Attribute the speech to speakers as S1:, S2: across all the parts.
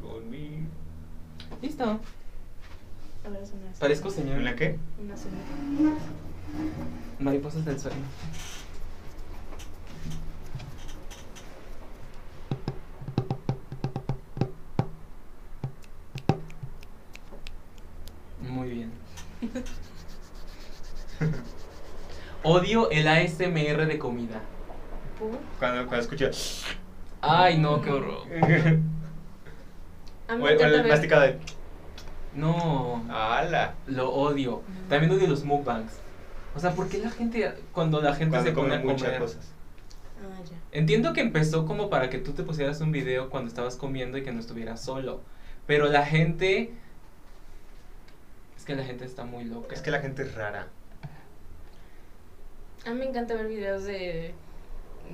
S1: conmigo.
S2: Listo.
S3: Ahora es una
S2: Parezco señor.
S1: ¿En la qué?
S3: Una señora.
S2: Mariposas del sueño. Muy bien. Odio el ASMR de comida.
S3: ¿Por?
S1: Cuando, cuando escuchas.
S2: Ay, no, qué horror.
S3: A
S1: o
S3: mí
S1: el,
S3: me
S1: o
S3: encanta
S1: el
S3: ver-
S1: masticado de.
S2: No.
S1: ¡Hala!
S2: Lo odio. También odio los mukbangs. O sea, ¿por qué la gente, cuando la gente
S1: Cuando
S2: se pone
S1: comen
S2: a comer?
S1: muchas cosas.
S3: Ah, ya.
S2: Entiendo que empezó como para que tú te pusieras un video cuando estabas comiendo y que no estuvieras solo. Pero la gente... Es que la gente está muy loca.
S1: Es que la gente es rara.
S3: A mí me encanta ver videos de.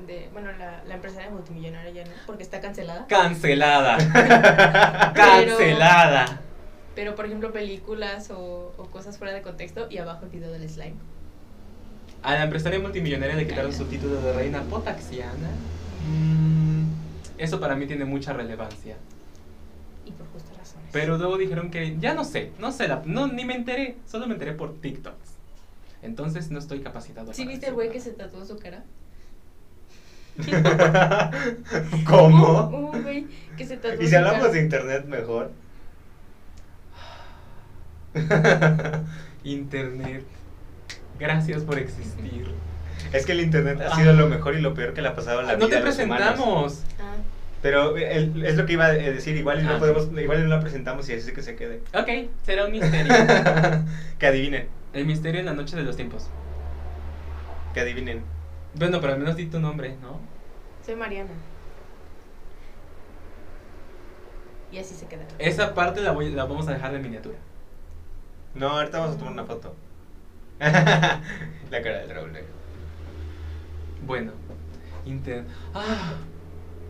S3: de bueno, la, la empresaria multimillonaria ya no, porque está cancelada.
S2: Cancelada.
S3: Pero-
S2: Cancelada.
S3: Pero, por ejemplo, películas o, o cosas fuera de contexto y abajo el video del slime.
S2: A la empresaria multimillonaria le quitaron su título de reina potaxiana.
S1: Mm.
S2: Eso para mí tiene mucha relevancia.
S3: Y por justas razones.
S2: Pero luego dijeron que ya no sé, no sé, la, no, ni me enteré, solo me enteré por TikToks. Entonces no estoy capacitado.
S3: ¿Sí
S2: para
S3: viste el güey que
S2: decir
S3: se tatuó su cara?
S1: ¿Cómo?
S3: Hubo Oh, un güey que se tatuó
S1: Y
S3: su
S1: si hablamos
S3: cara.
S1: de internet mejor.
S2: nada. Internet, gracias por existir.
S1: Es que el internet ha
S2: Ah.
S1: sido lo mejor y lo peor que le ha pasado a la
S2: no
S1: vida
S2: te
S1: a los humanos.
S2: presentamos.
S3: Ah,
S1: Pero el- es lo que iba a decir, igual y no
S2: Ah.
S1: podemos, igual y no la presentamos y así que se quede.
S2: Ok, será un misterio.
S1: que adivinen,
S2: el misterio en la noche de los tiempos.
S1: que adivinen.
S2: Bueno, pero al menos di tu nombre, ¿no?
S3: soy Mariana. Y así se quedaron.
S1: Eh.
S2: Esa parte la, voy- la vamos a dejar de miniatura.
S1: No, ahorita vamos a tomar una foto. la cara del Raúl. eh.
S2: Bueno, inter- ah,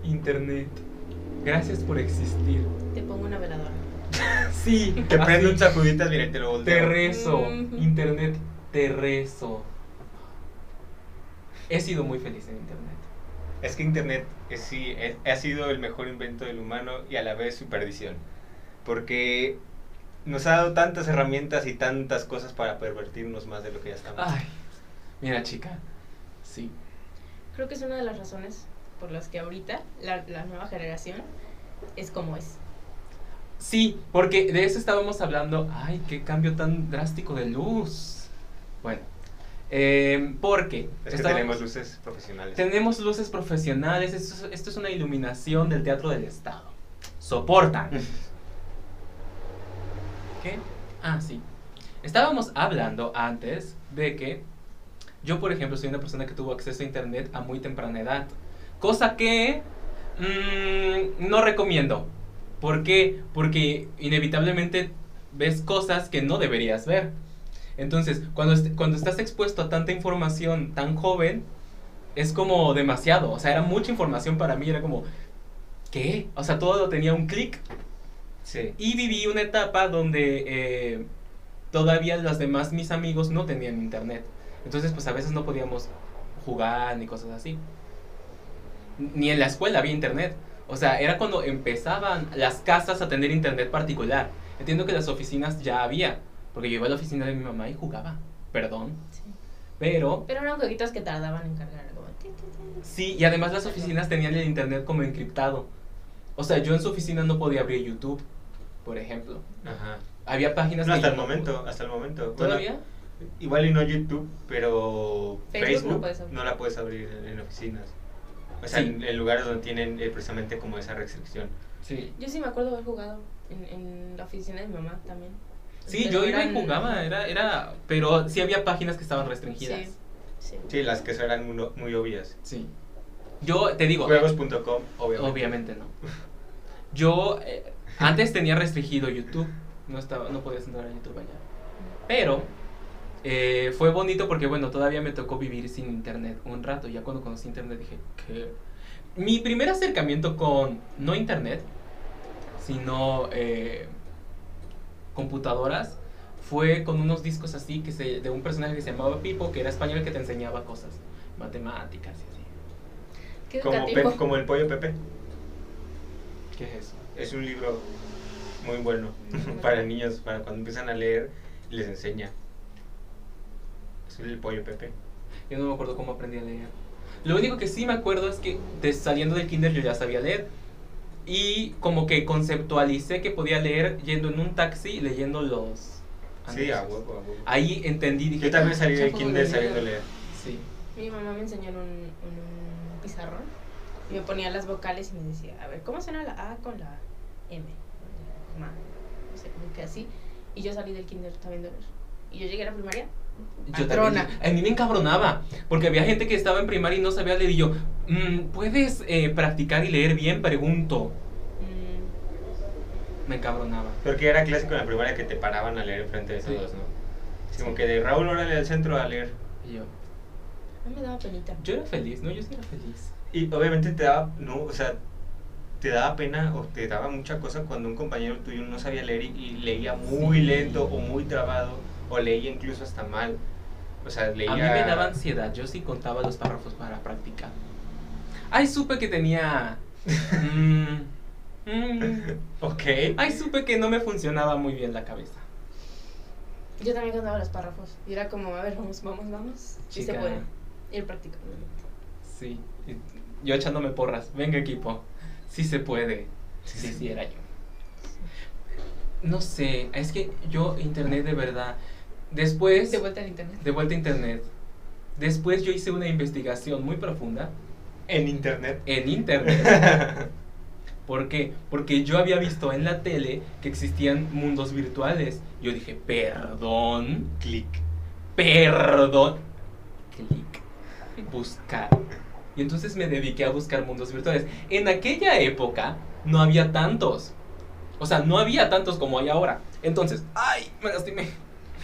S2: internet, gracias por existir.
S3: Te pongo una veladora.
S2: Ah, Sí,
S1: Te
S2: así.
S1: prende un sacuditas, mira, y te lo
S2: Te
S1: volteo.
S2: rezo,
S3: Ujú.
S2: internet, te rezo. He sido muy feliz en internet.
S1: Es que internet es, sí, es- ha sido el mejor invento del humano y a la vez su perdición. Porque nos ha dado tantas herramientas y tantas cosas para pervertirnos más de lo que ya estamos.
S2: Ay, mira chica, sí.
S3: Creo que es una de las razones por las que ahorita la, la nueva generación es como es.
S2: Sí, porque de eso estábamos hablando. Ay, qué cambio tan drástico de luz. Bueno, em, porque
S1: es que
S2: estábamos-
S1: tenemos luces profesionales.
S2: tenemos luces profesionales. Esto es, esto es una iluminación del Teatro del Estado. Soportan. ¿Qué? Ah, sí. Estábamos hablando antes de que yo, por ejemplo, soy una persona que tuvo acceso a internet a muy temprana edad. Cosa que mm, no recomiendo. ¿Por qué? Porque inevitablemente ves cosas que no deberías ver. Entonces, cuando, est- cuando estás expuesto a tanta información tan joven, es como demasiado. O sea, era mucha información para mí. Era como, ¿qué? O sea, todo lo tenía un clic
S1: Sí.
S2: y viví una etapa donde eh, todavía los demás mis amigos no tenían internet. Entonces, pues a veces no podíamos jugar ni cosas así. Ni en la escuela había internet. O sea, era cuando empezaban las casas a tener internet particular. Entiendo que las oficinas ya había, porque yo iba a la oficina de mi mamá y jugaba. Perdón. Pero
S3: Pero eran jueguitos que tardaban en cargar. era Como... ti, ti, ti.
S2: Sí, y además las oficinas tenían el internet como encriptado. O sea, yo en su oficina no podía abrir YouTube, por ejemplo.
S1: Ajá.
S2: Había páginas
S1: No,
S2: que
S1: hasta
S2: yo
S1: el
S2: no
S1: momento, hasta el momento.
S2: pude- ¿Todavía?
S1: Bueno, igual y no YouTube, pero
S3: Facebook no
S1: Facebook,
S3: puedes abrir.
S1: no la puedes abrir en, en oficinas. O sea,
S2: Sí.
S1: en, en lugares donde tienen eh, precisamente como esa restricción.
S2: Sí.
S3: Yo sí me acuerdo haber jugado en, en la oficina de mi mamá también.
S2: Sí,
S3: Pero
S2: yo iba y
S3: eran-
S2: jugaba, era, era, pero sí había páginas que estaban restringidas.
S3: Sí, sí.
S1: Sí, las que eso eran muy, no- muy obvias.
S2: Sí. Yo te digo,
S1: Juegos.com, obviamente.
S2: obviamente no. Yo eh, antes tenía restringido YouTube, no estaba, no podías entrar a YouTube allá. Pero eh, fue bonito porque, bueno, todavía me tocó vivir sin internet un rato. Ya cuando conocí internet dije, ¿qué? Mi primer acercamiento con, no internet, sino eh, computadoras, fue con unos discos así que se, de un personaje que se llamaba Pipo, que era español que te enseñaba cosas, matemáticas y así.
S3: Qué
S1: Como,
S3: educativo.
S1: Pe- como el pollo Pepe.
S2: ¿Qué es eso?
S1: Es un libro muy bueno para niños, para cuando empiezan a leer, les enseña. Es el pollo Pepe.
S2: Yo no me acuerdo cómo aprendí a leer. Lo único que sí me acuerdo es que de- saliendo del kinder yo ya sabía leer. Y como que conceptualicé que podía leer yendo en un taxi leyendo los...
S1: Sí, a
S2: anuncios.
S1: huevo, a huevo.
S2: Ahí entendí, dije...
S1: Yo también
S2: "Ah,
S1: salí del
S3: Chapo,
S1: kinder
S3: boludo.
S1: sabiendo leer.
S2: Sí.
S3: Mi mamá me enseñó en un, en un pizarrón y me ponía las vocales y me decía, a ver, ¿cómo suena la A con la M? Ma, no sé, como que así. Y yo salí del kinder también de leer. Y yo llegué a la primaria.
S2: Yo
S3: Patrona.
S2: también. A mí me encabronaba, porque había gente que estaba en primaria y no sabía leer. Y yo, "Mm, ¿puedes eh, practicar y leer bien? Pregunto.
S3: mm,
S2: Me encabronaba.
S1: Porque era clásico en la primaria que te paraban a leer enfrente de
S2: Sí.
S1: todos, ¿no? Es como que de Raúl, órale al centro a leer.
S2: Y yo,
S3: a mí me daba penita.
S2: yo era feliz, ¿no? Yo sí era feliz.
S1: Y obviamente te daba, no, o sea, te daba pena o te daba mucha cosa cuando un compañero tuyo no sabía leer y, y leía muy
S2: Sí.
S1: lento o muy trabado o leía incluso hasta mal. O sea, leía...
S2: A mí me daba ansiedad, yo sí contaba los párrafos para practicar. Ay, supe que tenía... mm, mm.
S1: Ok.
S2: ay, supe que no me funcionaba muy bien la cabeza.
S3: Yo también contaba los párrafos. Y era como, a ver, vamos, vamos, vamos. Y se
S2: Chica.
S3: puede. Y él practicó.
S2: Sí. y Yo echándome porras. Venga, equipo. Sí se puede.
S1: Sí,
S2: Si
S1: sí.
S2: hiciera yo. No sé. Es que yo, internet de verdad. Después.
S3: De vuelta al internet.
S2: De vuelta a internet. Después yo hice una investigación muy profunda
S1: En internet.
S2: en internet. ¿Por qué? Porque yo había visto en la tele que existían mundos virtuales. Yo dije, perdón,
S1: Click.
S2: perdón. Clic. Buscar. Y entonces me dediqué a buscar mundos virtuales. En aquella época no había tantos. O sea, no había tantos como hay ahora. Entonces, ay, me lastimé.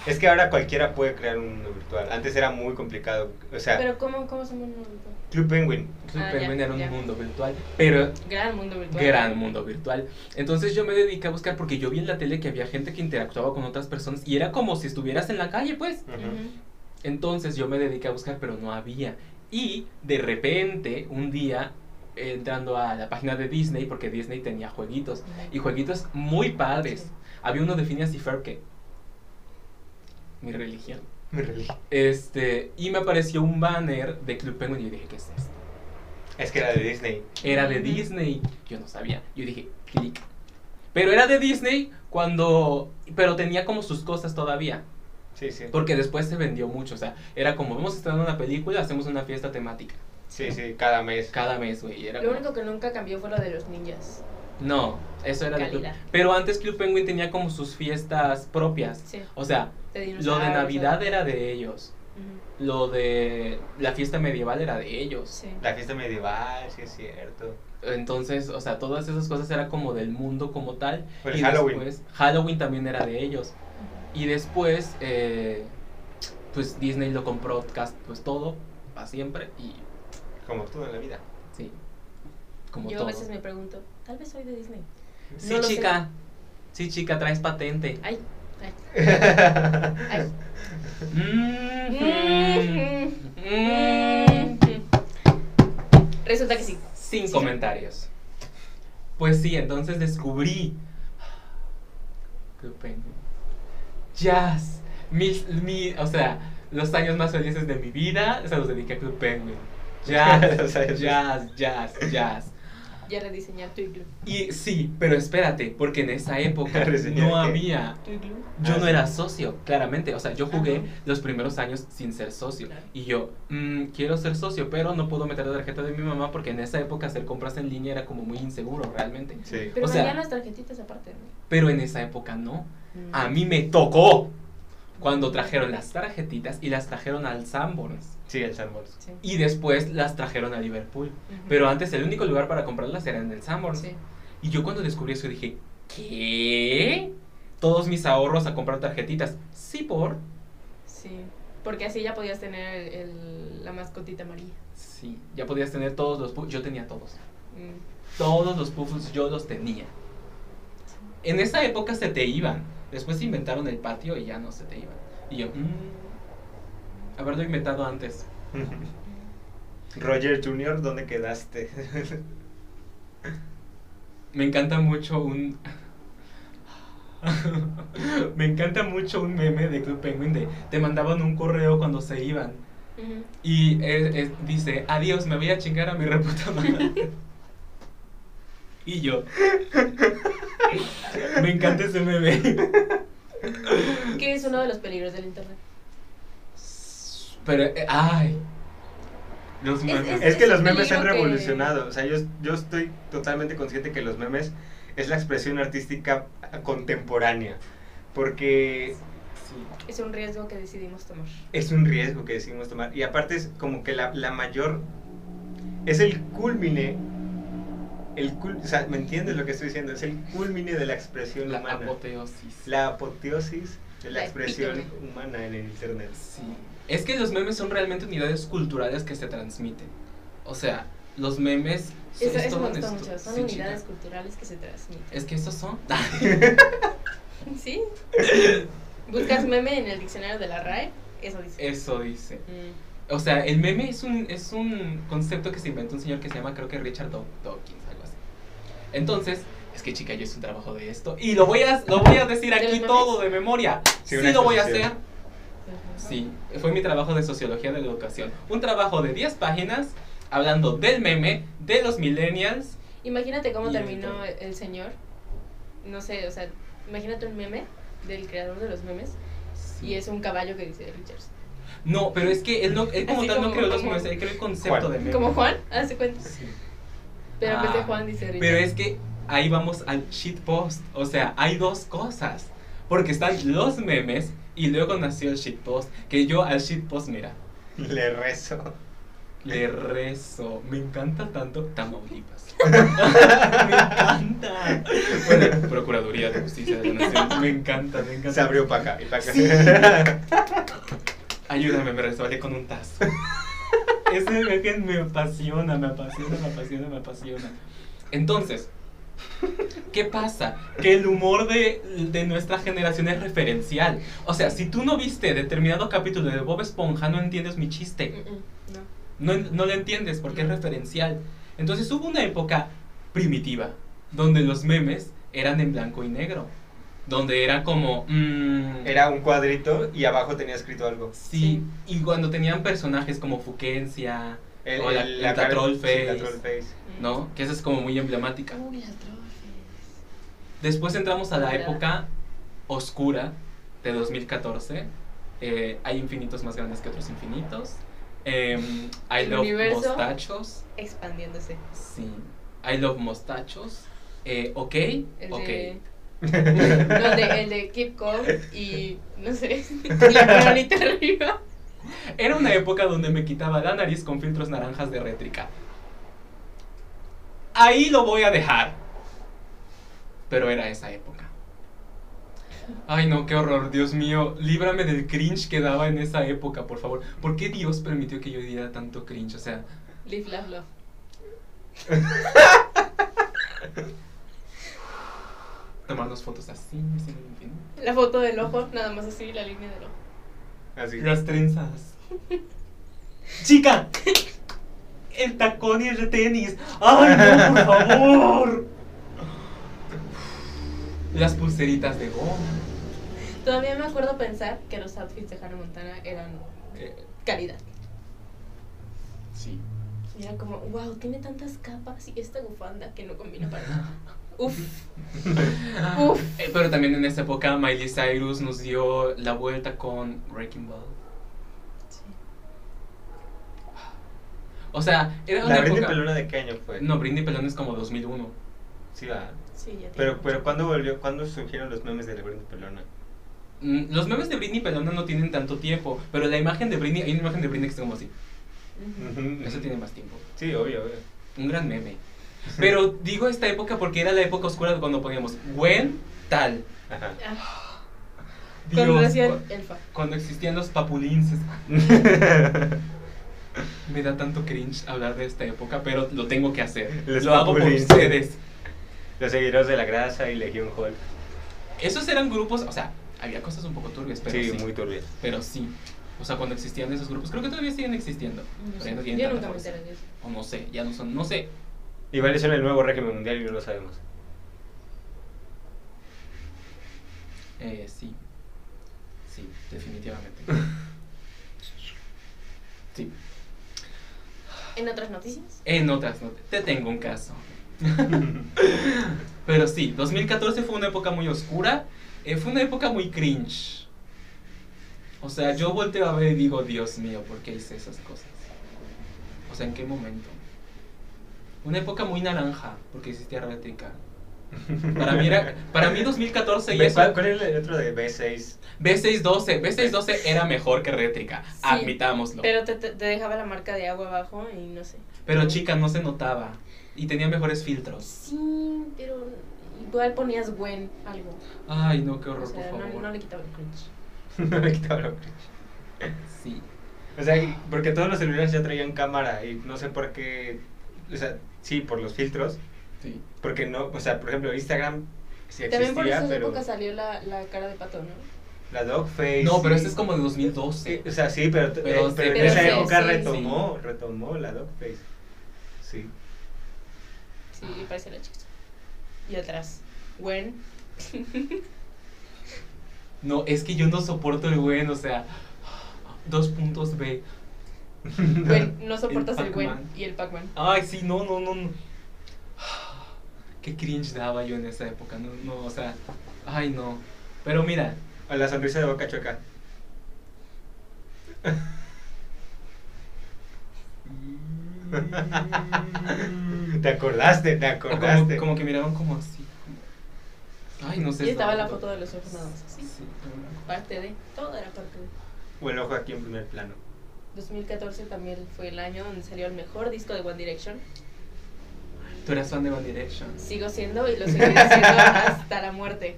S1: Es que ahora cualquiera puede crear un mundo virtual. Antes era muy complicado. O sea,
S3: Pero ¿cómo, cómo somos un mundo virtual?
S1: Club Penguin.
S3: Ah,
S2: Superman
S3: ya,
S2: era un
S3: ya.
S2: mundo virtual, pero
S3: Gran mundo virtual.
S2: gran mundo virtual. Entonces yo me dediqué a buscar porque yo vi en la tele que había gente que interactuaba con otras personas y era como si estuvieras en la calle, pues.
S1: Ujú.
S3: Ujú.
S2: Entonces yo me dediqué a buscar, pero no había. Y de repente, un día, entrando a la página de Disney, porque Disney tenía jueguitos, y jueguitos muy padres.
S3: Sí.
S2: Había uno de Phineas y Ferb que... Mi religión.
S1: Mi religión.
S2: Este, y me apareció un banner de Club Penguin y yo dije, ¿qué es esto?
S1: Es que era de Disney.
S2: Era de
S3: Ujú.
S2: Disney. Yo no sabía. Yo dije, clic. Pero era de Disney cuando... Pero tenía como sus cosas todavía.
S1: Sí, sí.
S2: Porque después se vendió mucho. O sea, era como, vamos a estrenar una película, hacemos una fiesta temática.
S1: Sí, sí, cada mes.
S2: Cada mes, güey. Era
S3: Lo
S2: como-
S3: único que nunca cambió fue lo de los ninjas.
S2: No, eso era de Club.
S3: Calidad.
S2: Pero antes Club Penguin tenía como sus fiestas propias.
S3: Sí.
S2: O sea, lo de Navidad era de ellos.
S3: Ujú,
S2: Lo de la fiesta medieval era de ellos.
S3: Sí.
S1: La fiesta medieval, sí es cierto.
S2: Entonces, o sea, todas esas cosas era como del mundo como tal.
S1: O el Halloween.
S2: después Halloween también era de ellos. Y después, eh, pues Disney lo compró casi pues todo, para siempre. Y
S1: Como todo en la vida.
S2: sí, como
S3: Yo a
S2: todo.
S3: veces me pregunto, tal vez soy de Disney.
S2: Sí,
S3: no lo sé.
S2: chica. Sí, chica, traes patente.
S3: Ay, ay, ay.
S2: Mm. Mm.
S3: Resulta que sí.
S2: Sin
S3: Sí.
S2: comentarios. Pues sí, entonces descubrí. Club Penguin. Jazz. Mis, mi, o sea, los años más felices de mi vida se los dediqué a Club Penguin.
S1: O sea,
S2: Jazz,
S1: eso.
S2: jazz, jazz, jazz.
S3: Ya rediseñé tu iglú.
S2: Y sí, pero espérate, porque en esa época
S1: Reseñar
S2: no
S1: qué.
S2: había.
S3: Tu iglú.
S2: Yo
S1: Ah,
S2: no
S1: sí.
S2: era socio, claramente. O sea, yo jugué
S3: Ajá.
S2: los primeros años sin ser socio.
S3: Claro.
S2: Y yo, mm, quiero ser socio, pero no puedo meter la tarjeta de mi mamá porque en esa época hacer compras en línea era como muy inseguro realmente.
S1: Sí.
S3: Pero
S2: O
S3: o
S2: sea-
S3: las tarjetitas aparte, ¿no?
S2: Pero en esa época no.
S3: Mm.
S2: A mí me tocó cuando trajeron las tarjetitas y las trajeron al Sanborns.
S1: Sí, el Sanborns.
S3: Sí.
S2: Y después las trajeron a Liverpool.
S3: Ujú.
S2: Pero antes el único lugar para comprarlas era en el Sanborns.
S3: Sí.
S2: Y yo cuando descubrí eso dije, ¿qué? Todos mis ahorros a comprar tarjetitas. Sí, por.
S3: Sí. Porque así ya podías tener el, el- la mascotita amarilla.
S2: Sí, ya podías tener todos los puffs. Yo tenía todos.
S3: Mm.
S2: Todos los puffs yo los tenía. En esa época se te iban. Después inventaron el patio y ya no se te iban. Y yo, mm, haberlo inventado antes.
S1: Roger Jr., ¿dónde quedaste?
S2: Me encanta mucho un. me encanta mucho un meme de Club Penguin de te mandaban un correo cuando se iban.
S3: Ujú.
S2: Y eh, eh, dice, adiós, me voy a chingar a mi reputa madre. y yo. me encanta ese meme.
S3: Que es uno de los peligros del internet.
S2: Pero, eh, ay. Los
S3: Es-
S2: memes.
S1: Es que
S3: Es
S1: los
S3: un
S1: memes han
S3: peligro que-
S1: revolucionado. O sea, yo, yo estoy totalmente consciente que los memes es la expresión artística contemporánea. Porque
S2: Sí.
S3: Es un riesgo que decidimos tomar.
S1: es un riesgo que decidimos tomar. Y aparte es como que la, la mayor... Es el culmine... El cul- o sea, ¿me entiendes lo que estoy diciendo? Es el culmine de la expresión
S2: La
S1: humana.
S2: apoteosis.
S1: la apoteosis de la
S3: La
S1: expresión
S3: epítome.
S1: humana en el internet.
S2: Sí. Es que los memes son realmente unidades culturales que se transmiten. O sea, los memes son
S3: Eso, eso
S2: todo
S3: me gusta
S2: esto.
S3: mucho. Son
S2: Sí, chica.
S3: unidades culturales que se transmiten.
S2: Es que estos son.
S3: ¿Sí? Buscas meme en el diccionario de la RAE, eso dice.
S2: Eso dice.
S3: Mm.
S2: O sea, el meme es un, es un concepto que se inventó un señor que se llama, creo que Richard Daw- Dawkins, algo así. Entonces, es que chica, yo hice un trabajo de esto y lo voy a, lo voy a decir
S3: ¿De los
S2: aquí
S3: memes?
S2: todo de memoria.
S1: Sí,
S2: Sí,
S1: una
S2: lo voy a
S1: exposición.
S2: hacer. Sí, fue mi trabajo de sociología de la educación. Un trabajo de 10 páginas hablando del meme, de los millennials.
S3: Imagínate cómo
S2: Y
S3: terminó
S2: todo.
S3: el señor. No sé, o sea, imagínate un meme del creador de los memes
S2: Sí.
S3: y es un caballo que dice Richards.
S2: No, pero es que él, no, él como
S3: Así
S2: tal no
S3: como-
S2: creó los
S3: como-
S2: memes, él creó el concepto
S1: ¿Cuál?
S2: de meme.
S3: Como Juan, hace cuenta.
S2: Sí.
S3: Pero en vez de
S2: Ah,
S3: Juan dice Richards.
S2: Pero es que ahí vamos al shitpost. O sea, hay dos cosas. Porque están los memes y luego nació el shitpost. Que yo al shitpost, mira,
S1: Le rezo.
S2: le rezo. Me encanta tanto Tamaulipas. me encanta. Bueno, Procuraduría de Justicia de la Nación. Me encanta, me encanta.
S1: Se abrió para acá y para acá.
S2: Sí. Ayúdame, me resbalé con un tazo. Ese viaje me apasiona, me apasiona, me apasiona, me apasiona. Entonces, ¿qué pasa? Que el humor de, de nuestra generación es referencial. O sea, si tú no viste determinado capítulo de Bob Esponja, no entiendes mi chiste.
S3: Mm, mm, no.
S2: No, no lo entiendes porque es referencial. Entonces hubo una época primitiva donde los memes eran en blanco y negro. Donde era como... mm,
S1: Era un cuadrito y abajo tenía escrito algo.
S2: Sí, y cuando tenían personajes como Fuquencia, O la- la
S1: cara-
S2: troll
S1: sí,
S2: face.
S1: la troll face.
S3: Mm.
S2: ¿no? Que esa es como muy emblemática.
S3: Uy, las trofes.
S2: Después entramos a la
S3: ¿Verdad?
S2: época oscura de 2014. eh, hay infinitos más grandes que otros infinitos. em, I
S3: El
S2: love
S3: universo.
S2: mostachos.
S3: Expandiéndose.
S2: Sí. I love mostachos. eh, ok,
S3: El
S2: ok.
S3: de. No, el de, el de Keep Calm y. No sé. La coronita arriba.
S2: Era una época donde me quitaba la nariz con filtros naranjas de rétrica. Ahí lo voy a dejar. Pero era esa época. Ay, no, qué horror, Dios mío. Líbrame del cringe que daba en esa época, por favor. ¿Por qué Dios permitió que yo diera tanto cringe? O sea,
S3: Live, love, love.
S2: tomarnos fotos así, así, en fin.
S3: La foto del ojo, nada más así, la línea del ojo.
S1: Así.
S2: Las trenzas. ¡Chica! El tacón y el de tenis. ¡Ay, no, por favor! Las pulseritas de goma.
S3: Todavía me acuerdo pensar que los outfits de Hannah Montana eran
S2: Eh,
S3: calidad.
S2: sí.
S3: Y era como, wow, tiene tantas capas y esta bufanda que no combina para nada. Uf. Uf.
S2: Eh, pero también en esa época Miley Cyrus nos dio la vuelta con Breaking Ball. O sea, era una
S1: La Britney
S2: época...
S1: Pelona de qué año fue?
S2: No, Britney Pelón es como 2001.
S1: Sí, va.
S3: Sí, ya tiene
S1: Pero,
S3: mucho.
S1: pero ¿cuándo volvió? ¿Cuándo surgieron los memes de la Britney Pelona?
S2: Mm, Los memes de Britney Pelona no tienen tanto tiempo, pero la imagen de Britney, hay una imagen de Britney que está como así.
S3: Ujú.
S1: Ujú,
S2: Eso
S1: ujú.
S2: tiene más tiempo.
S1: Sí, obvio, obvio.
S2: Un gran meme. Pero digo esta época porque era la época oscura de cuando poníamos Gwen tal.
S1: Ajá.
S3: Ah,
S2: Dios,
S3: cuando hacían
S2: cu-
S3: elfa.
S2: cuando existían los papulinces. Me da tanto cringe hablar de esta época, pero lo tengo que hacer.
S1: Los
S2: lo hago por
S1: papulinces.
S2: ustedes.
S1: Los seguidores de la grasa y Legion Hulk.
S2: Esos eran grupos, o sea, había cosas un poco turbias, pero sí.
S1: Sí, muy turbias.
S2: Pero sí. O sea, cuando existían esos grupos, creo que todavía siguen existiendo.
S3: No
S2: pero ya no
S3: sé,
S2: tienen
S3: Yo
S2: tanta
S3: nunca me
S2: fuerza.
S3: enteré de eso.
S2: O no sé, ya no son, no sé.
S1: Igual son el nuevo régimen mundial y no lo sabemos.
S2: Eh, sí. Sí, definitivamente. Sí.
S3: En otras noticias.
S2: En otras noticias, te tengo un caso. Pero sí, 2014 fue una época muy oscura, eh, fue una época muy cringe. O sea, yo volteo a ver y digo, Dios mío, ¿por qué hice esas cosas? O sea, ¿en qué momento? Una época muy naranja, porque existía Rebetica. Para mí, era, para mí 2014 y
S1: Ve,
S2: eso...
S1: ¿Cuál, cuál era el otro de B6?
S2: B612, B612 era mejor que Rétrica, admitámoslo. Pero,
S3: Pero te, te- te dejaba la marca de agua abajo y no sé.
S2: chica, no se notaba y tenía mejores filtros.
S3: Sí, pero igual ponías buen algo.
S2: Ay, no, qué
S3: O
S2: horror,
S3: sea,
S2: por
S3: no,
S2: favor.
S3: no le quitaba el cringe.
S1: No me quitaba lo cringe.
S2: Sí.
S1: O sea, y- porque todos los celulares ya traían cámara y no sé por qué. O sea, sí, por los filtros.
S2: Sí.
S1: Porque no, o sea, por ejemplo, Instagram sí
S3: También por
S1: existía,
S3: esas
S1: pero
S3: épocas salió la, la cara de pato, ¿no?
S1: la dogface.
S2: No, pero
S1: sí.
S2: este es como de 2012.
S1: Sí, o sea, sí, pero,
S2: Pero
S1: eh,
S2: sí,
S1: pero en
S3: pero
S1: esa
S3: sí,
S1: época
S3: sí,
S1: retomó, retomó la dogface. Sí.
S3: Sí, y parece la chica. Y atrás, buen.
S2: No, es que yo no soporto el buen, o sea, dos puntos B.
S3: Buen, no soportas el, buen
S2: Pac-Man. Ah,
S3: y el Pac-Man.
S2: Ay, sí, no, no, no. no. Qué cringe daba yo en esa época, no, no, o sea, ay, no. Pero mira,
S1: O la sonrisa de boca chueca. te acordaste, te
S2: o como-
S1: acordaste.
S2: Como, que miraban como así. como- Ay, no sé.
S3: Y estaba la
S2: horror.
S3: foto de los ojos nada más. así.
S2: Sí, no,
S3: Parte de, todo era parte de.
S1: O el ojo aquí en primer plano.
S3: 2014 también fue el año donde salió el mejor disco de One Direction.
S2: no. Tú eras fan de One Direction.
S3: Sigo siendo y lo seguiré siendo hasta la muerte.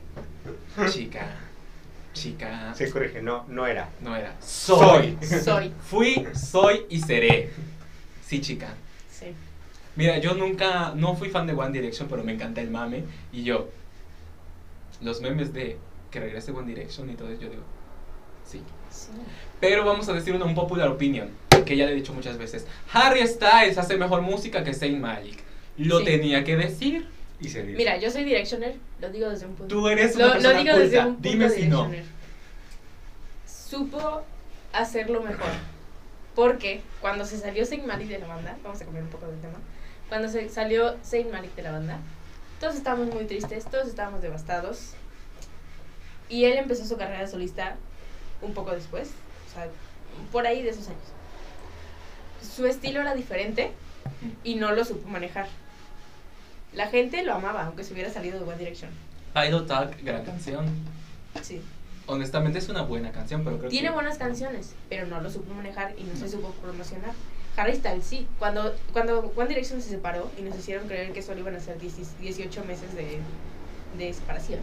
S2: Chica, chica.
S1: Se corrige, no, no era.
S2: No era.
S1: Soy.
S3: Soy.
S2: Fui, soy y seré. Sí, chica.
S3: Sí.
S2: Mira, yo nunca, no fui fan de One Direction, pero me encanta el mame. Y yo, los memes de que regrese One Direction y todo eso, yo digo, sí.
S3: Sí.
S2: Pero vamos a decir una un popular opinion, que ya le he dicho muchas veces. Harry Styles hace mejor música que Saint Malik. Lo
S3: Sí.
S2: tenía que decir.
S1: Y se dio.
S3: Mira, yo soy Directioner, lo digo desde un punto.
S2: Tú eres una
S3: lo, lo
S2: persona
S3: digo
S2: culta.
S3: desde un punto
S2: Dime
S3: de
S2: si no.
S3: Directioner. Supo hacerlo mejor. Porque cuando se salió Saint Malik de la banda, vamos a cambiar un poco del tema. Cuando se salió Saint Malik de la banda, todos estábamos muy tristes, todos estábamos devastados. Y él empezó su carrera de solista un poco después, o sea, por ahí de esos años. Su estilo era diferente y no lo supo manejar. La gente lo amaba, aunque se hubiera salido de One Direction.
S2: Pilot Talk, gran canción.
S3: Sí.
S2: Honestamente es una buena canción, pero creo
S3: Tiene
S2: que...
S3: buenas canciones, pero no lo supo manejar y no se supo promocionar. Harry Styles sí. Cuando, cuando One Direction se separó y nos hicieron creer que solo iban a ser 10 18 meses de, de separación,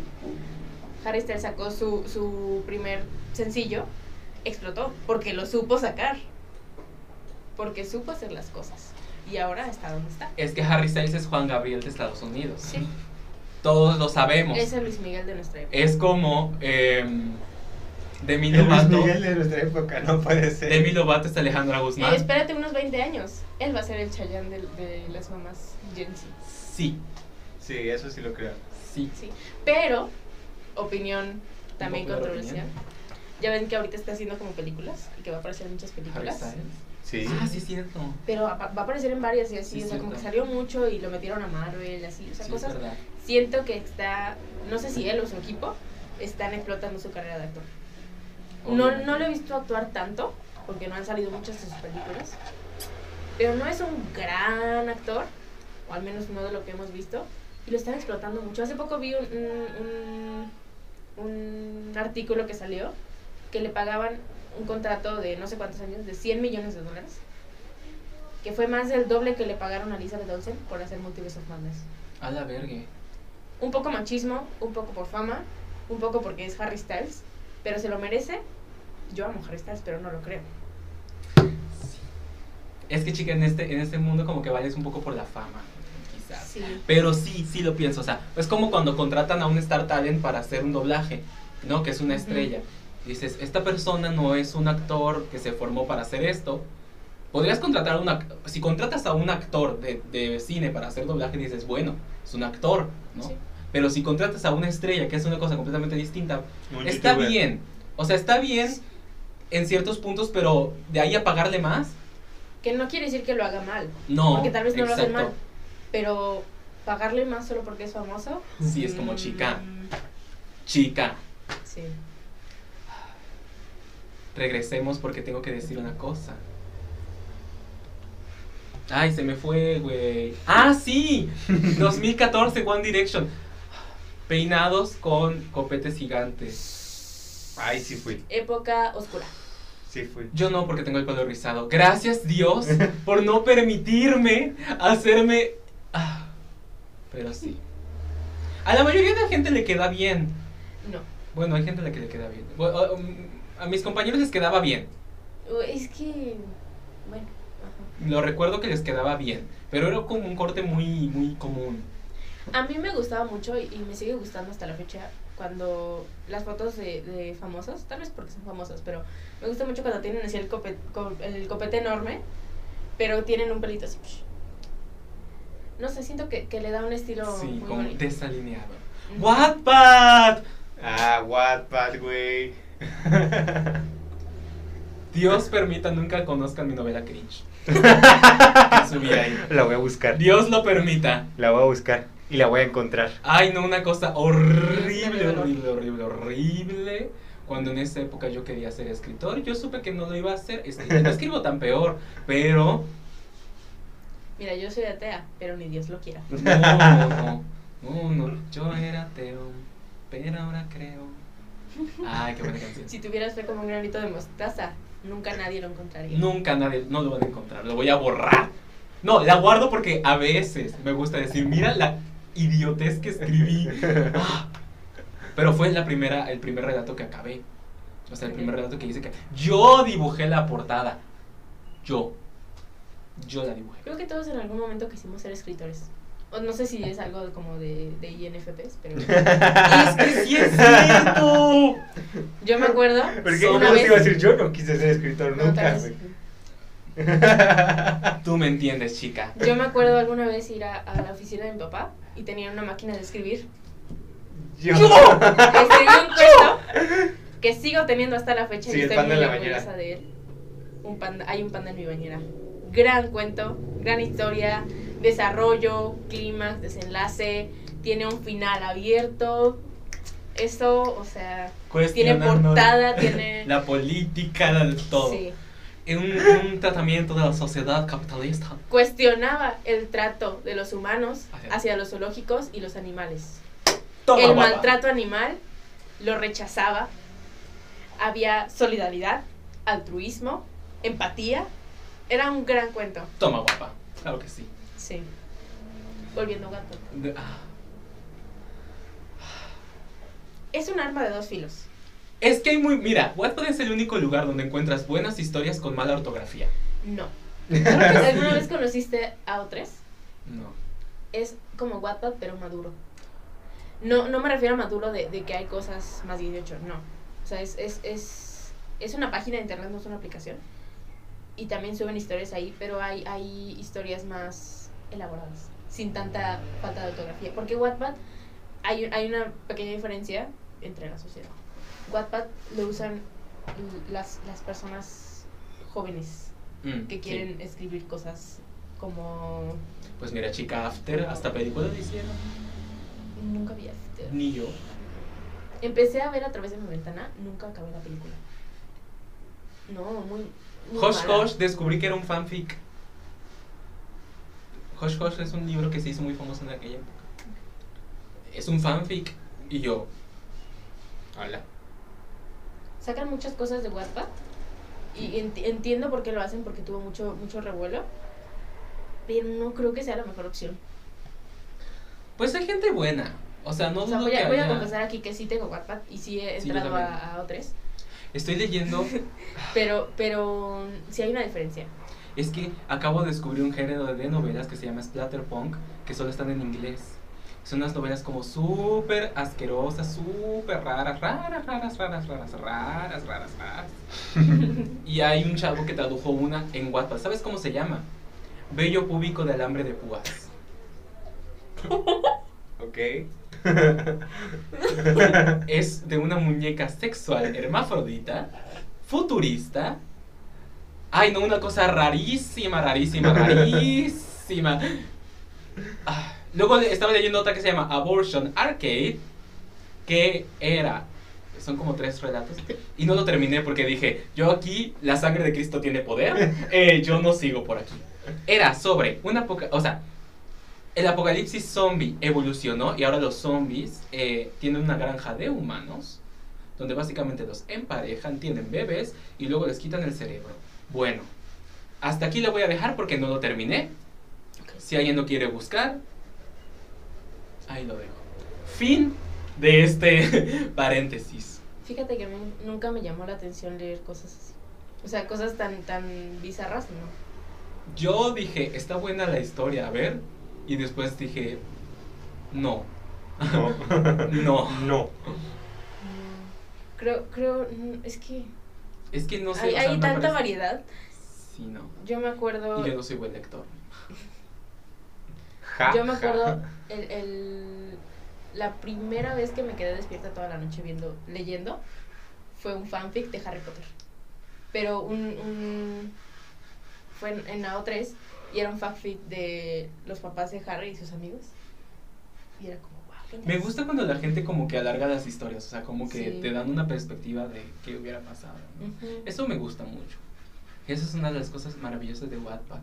S3: Harry Styles sacó su, su primer sencillo, explotó, porque lo supo sacar, porque supo hacer las cosas. Y ahora está donde está.
S2: Es que Harry Styles es Juan Gabriel de Estados Unidos.
S3: Sí,
S2: Todos lo sabemos.
S3: es el Luis Miguel de nuestra época.
S2: es como em, Demi
S1: El Luis
S2: Lovato.
S1: Miguel de nuestra época, no puede ser.
S2: Demi Lovato es Alejandra
S3: Eh,
S2: Guzmán.
S3: espérate unos 20 años. Él va a ser el Chayanne de, de las mamás Gen Z.
S2: sí,
S1: Sí, eso sí lo creo.
S2: sí.
S3: Sí, pero opinión también
S2: Popular
S3: controversial. Ya ven que ahorita está haciendo como películas y que va a aparecer en muchas
S2: Harry
S3: películas.
S2: Styles.
S1: Sí.
S2: Ah, sí, es cierto.
S3: Pero apa- va a aparecer en varias y así,
S2: Sí,
S3: o sea, como que
S2: cierto.
S3: salió mucho y lo metieron a Marvel, así, o sea,
S2: Sí, es
S3: cosas.
S2: verdad.
S3: Siento que está, no sé si él o su equipo están explotando su carrera de actor. No,
S2: Obviamente.
S3: no lo he visto actuar tanto, porque no han salido muchas de sus películas. Pero no es un gran actor, o al menos no de lo que hemos visto, y lo están explotando mucho. Hace poco vi un, un, un- un artículo que salió que le pagaban un contrato de no sé cuántos años, de 100 millones de dólares, que fue más del doble que le pagaron a Elizabeth Olsen por hacer Multiverse of Madness.
S2: A la verga.
S3: Un poco machismo, un poco por fama, un poco porque es Harry Styles, pero se lo merece. Yo amo Harry Styles, pero no lo creo.
S2: Es que, chica, en este, en este mundo como que vayas un poco por la fama, quizás.
S3: Sí.
S2: Pero sí, sí lo pienso. O sea, es como cuando contratan a un Star Talent para hacer un doblaje, ¿no? Que es una
S3: Ujú.
S2: estrella. Dices, esta persona no es un actor que se formó para hacer esto. Podrías contratar a un ac- Si contratas a un actor de, de cine para hacer doblaje, dices, bueno, es un actor, ¿no?
S3: Sí.
S2: Pero si contratas a una estrella que hace una cosa completamente distinta,
S1: Un
S2: está
S1: youtuber.
S2: bien. O sea, está bien en ciertos puntos, pero de ahí a pagarle más,
S3: Que no quiere decir que lo haga mal,
S2: no.
S3: porque tal vez no lo hacen mal.
S2: exacto.
S3: Pero pagarle más solo porque es famoso.
S2: Sí, es como chica.
S3: mm,
S2: Chica,
S3: Sí.
S2: regresemos porque tengo que decir una cosa. Ay, se me fue, güey. Ah, sí. 2014 One Direction. Peinados con copetes gigantes.
S1: Ay, sí fui.
S3: Época oscura.
S1: Sí fui.
S2: Yo no porque tengo el pelo rizado. Gracias Dios por no permitirme hacerme... Ah, pero sí. A la mayoría de la gente le queda bien.
S3: No.
S2: Bueno, hay gente a la que le queda bien. Bu- a- um, a mis compañeros les quedaba bien.
S3: Uh, Es que. Bueno. ajá.
S2: Lo recuerdo que les quedaba bien, pero era como un corte muy, muy común.
S3: A mí me gustaba mucho y y me sigue gustando hasta la fecha cuando las fotos de, de famosos, tal vez porque son famosos, pero me gusta mucho cuando tienen así el copete, el copete enorme, pero tienen un pelito así. psh. No sé, siento que, que le da un estilo
S2: sí,
S3: muy
S2: como
S3: bonito.
S2: desalineado.
S3: Ujú.
S2: ¡Wattpad!
S1: Ah, Wattpad, güey.
S2: Dios permita nunca conozcan mi novela cringe. que subí ahí.
S1: La voy a buscar.
S2: Dios lo permita.
S1: La voy a buscar y la voy a encontrar.
S2: Ay, no, una cosa horrible,
S3: dolor.
S2: horrible, horrible, horrible. Cuando en esa época yo quería ser escritor, yo supe que no lo iba a hacer. Escri- no escribo tan peor, pero
S3: Mira, yo soy atea, pero ni Dios lo quiera.
S2: Pues No, no, no, no, yo era ateo, pero ahora creo. Ay, qué buena canción.
S3: Si tuvieras fe como un granito de mostaza, nunca nadie lo encontraría.
S2: Nunca nadie, no lo van a encontrar, lo voy a borrar. No, la guardo porque a veces me gusta decir, mira la idiotez que escribí. Ah, pero fue la primera, el primer relato que acabé. O sea, el primer relato que dice que yo dibujé la portada. Yo. Yo la dibujé.
S3: Creo que todos en algún momento quisimos ser escritores. O no sé si es algo como de, de INFPs, pero
S2: ¡Es que sí es cierto!
S3: yo me acuerdo.
S1: Porque ¿cómo
S3: una
S1: te
S3: vez-
S1: iba a decir? Yo no quise ser escritor
S3: No, tal
S1: nunca,
S3: vez-
S1: güey.
S2: Tú me entiendes, chica.
S3: Yo me acuerdo alguna vez ir a, a la oficina de mi papá y tenían una máquina de escribir.
S1: Yo.
S3: Escribí un cuento que sigo teniendo hasta la fecha
S1: Sí,
S3: y
S1: el
S3: estoy
S1: panda
S3: muy
S1: en la bañera.
S3: orgullosa de él. Un panda, hay un panda en mi bañera. Gran cuento, gran historia, desarrollo, clímax, desenlace, tiene un final abierto. Eso, o sea, tiene
S2: Cuestionando
S3: portada, tiene
S2: La política, la de todo.
S3: Sí.
S2: En un, un tratamiento de la sociedad capitalista.
S3: Cuestionaba el trato de los humanos
S2: Hacia-
S3: hacia los zoológicos y los animales.
S2: Toma,
S3: el
S2: guapa.
S3: maltrato animal lo rechazaba. Había solidaridad, altruismo, empatía. Era un gran cuento.
S2: Toma, guapa. Claro que sí.
S3: Sí. Volviendo a un gran cuento.
S2: De- ah.
S3: Es un arma de dos filos.
S2: Es que hay muy. Mira, Wattpad es el único lugar donde encuentras buenas historias con mala ortografía.
S3: No. ¿Alguna vez conociste a O3?
S2: No.
S3: Es como Wattpad, pero maduro. No, no me refiero a maduro de, de que hay cosas más 18, no. O sea, es, es, es, es una página de internet, no es una aplicación. Y también suben historias ahí, pero hay, hay historias más elaboradas, sin tanta falta de ortografía. Porque Wattpad, hay, hay una pequeña diferencia entre la sociedad. Wattpad lo usan l- las, las personas jóvenes
S2: Mm,
S3: que
S2: sí.
S3: quieren escribir cosas como...
S2: Pues mira, chica, After, hasta película le hicieron.
S3: Nunca vi After.
S2: Ni yo.
S3: Empecé a ver a través de mi ventana, nunca acabé la película. No, muy. muy
S2: Hosh
S3: mala.
S2: Hosh descubrí que era un fanfic. Hosh Hosh es un libro que se hizo muy famoso en aquella época. Es un fanfic. Y yo,
S1: Hola.
S3: Sacan muchas cosas de Wattpad y enti- entiendo por qué lo hacen porque tuvo mucho mucho revuelo, pero no creo que sea la mejor opción.
S2: Pues hay gente buena. O sea, no
S3: O sea,
S2: dudo
S3: voy,
S2: que
S3: a, voy a
S2: haya-
S3: confesar aquí que sí tengo Wattpad y sí he
S2: Sí, yo
S3: entrado
S2: también.
S3: a, a O3,
S2: Estoy leyendo.
S3: pero pero sí hay una diferencia.
S2: es que acabo de descubrir un género de novelas que se llama Splatterpunk, que solo están en inglés. Son unas novelas como súper asquerosas, súper raras, raras, raras, raras, raras, raras, raras, raras. y hay un chavo que tradujo una en Wattpad. ¿Sabes cómo se llama? Bello púbico de alambre de púas.
S1: Ok.
S2: es de una muñeca sexual hermafrodita, futurista. Ay, no, una cosa rarísima, rarísima, rarísima. Ah, Luego le- estaba leyendo otra que se llama Abortion Arcade, que era. Son como tres relatos. Y no lo terminé porque dije: Yo aquí, la sangre de Cristo tiene poder. eh, yo no sigo por aquí. Era sobre una poca. O sea, el apocalipsis zombie evolucionó y ahora los zombies eh, tienen una granja de humanos donde básicamente los emparejan, tienen bebés y luego les quitan el cerebro. Bueno, hasta aquí lo voy a dejar porque no lo terminé. Si alguien lo quiere buscar, ahí lo dejo. Fin de este paréntesis.
S3: Fíjate que a mí nunca me llamó la atención leer cosas así. O sea, cosas tan, tan bizarras, ¿no?
S2: Yo dije, está buena la historia, a ver. Y después dije, no,
S1: No.
S2: No.
S1: No.
S3: Creo, creo, mm, es que
S2: es que no sé.
S3: hay,
S2: o sea,
S3: hay
S2: me
S3: tanta
S2: parece-
S3: variedad.
S2: Sí, no.
S3: Yo me acuerdo,
S2: Y yo
S3: yo,
S2: no soy buen lector.
S1: Ja,
S3: me
S1: ja.
S3: acuerdo el, el- la primera vez que me quedé despierta toda la noche viendo, leyendo, fue un fanfic de Harry Potter. Pero un, un- fue en, en AO3 y era un fanfic de los papás de Harry y sus amigos. Y era como, wow. qué
S2: Me
S3: nice".
S2: gusta cuando la gente como que alarga las historias, o sea, como que
S3: Sí.
S2: te dan una perspectiva de qué hubiera pasado. ¿no?
S3: Ujú.
S2: Eso me gusta mucho. Esa es una de las cosas maravillosas de Wattpad.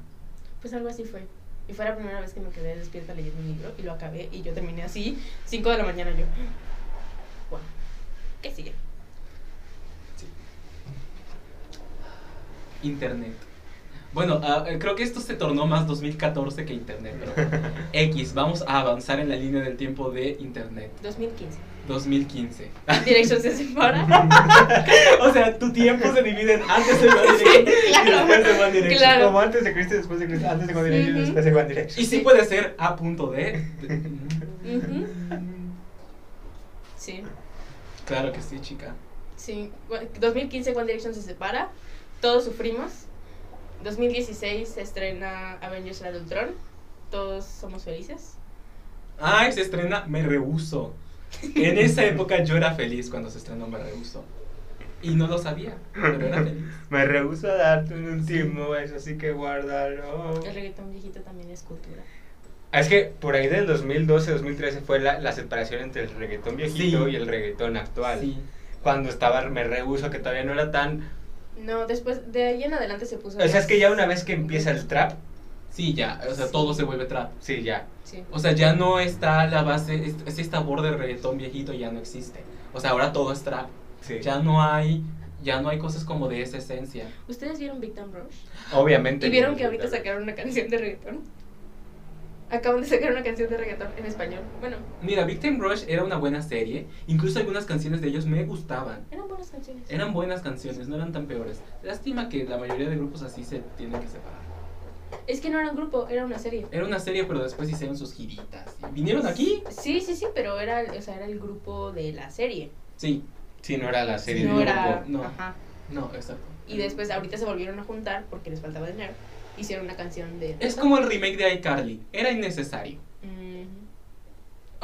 S3: Pues algo así fue. Y fue la primera vez que me quedé despierta leyendo un libro y lo acabé y yo terminé así, 5 de la mañana yo. Bueno, ¿qué sigue?
S2: Internet. Bueno, ah, eh, creo que esto se tornó más 2014 que Internet, pero X, vamos a avanzar en la línea del tiempo de Internet.
S3: 2015.
S2: 2015.
S3: Dirección se separa.
S2: o sea, tu tiempo se divide en antes de One Direction y
S3: claro.
S2: después de One Direction.
S3: Claro.
S1: Como antes de Cristo, después de Cristo, antes de One Direction,
S3: Ujú.
S1: después de One Direction.
S2: Y sí puede ser a punto de...
S3: Ujú. Sí,
S2: Claro que sí, chica.
S3: sí. Bueno, 2015 One Direction se separa. Todos sufrimos. 2016 se estrena Avengers La de Ultron. Todos somos felices.
S2: Ay, se estrena Me Rehuso. En esa época yo era feliz cuando se estrenó Me Rehuso. Y no lo sabía, pero era feliz.
S1: Me rehúso a darte un último beso, así que guárdalo.
S3: El reggaetón viejito también es cultura.
S1: Ah, Es que por ahí del 2012, 2013 fue la, la separación entre el reggaetón viejito
S2: Sí.
S1: y el reggaetón actual.
S2: Sí.
S1: Cuando estaba Me Rehuso, que todavía no era tan...
S3: No, después de ahí en adelante se puso.
S1: O sea, es que ya una vez que empieza el trap,
S2: Sí, ya, o sea,
S3: Sí.
S2: todo se vuelve trap.
S1: sí, ya.
S3: Sí.
S2: O sea, ya no está la base, es- ese sabor de reggaetón viejito ya no existe. O sea, ahora todo es trap.
S1: Sí.
S2: Ya no hay, ya no hay cosas como de esa esencia.
S3: ¿Ustedes vieron Big Time Rush?
S1: Obviamente.
S3: ¿Y vieron
S1: no,
S3: que ahorita
S1: tal.
S3: sacaron una canción de reggaetón? Acaban de sacar una canción de reggaetón en español. Bueno,
S2: Mira, Big Time Rush era una buena serie. Incluso algunas canciones de ellos me gustaban.
S3: eran buenas canciones.
S2: Eran buenas canciones, no eran tan peores. Lástima que la mayoría de grupos así se tienen que separar.
S3: Es que no era un grupo, era una serie.
S2: Era una serie, pero después hicieron sus giritas. ¿Y ¿Vinieron aquí?
S3: Sí, sí, sí, pero era, o sea, era el grupo de la serie.
S2: Sí,
S1: Sí, no era la serie.
S3: no
S1: de
S3: era.
S1: grupo.
S2: no.
S3: Ajá.
S2: no, exacto.
S3: Y después, ahorita se volvieron a juntar porque les faltaba dinero. Hicieron una canción de.
S2: Es como el remake de iCarly. Era innecesario.
S3: Mm,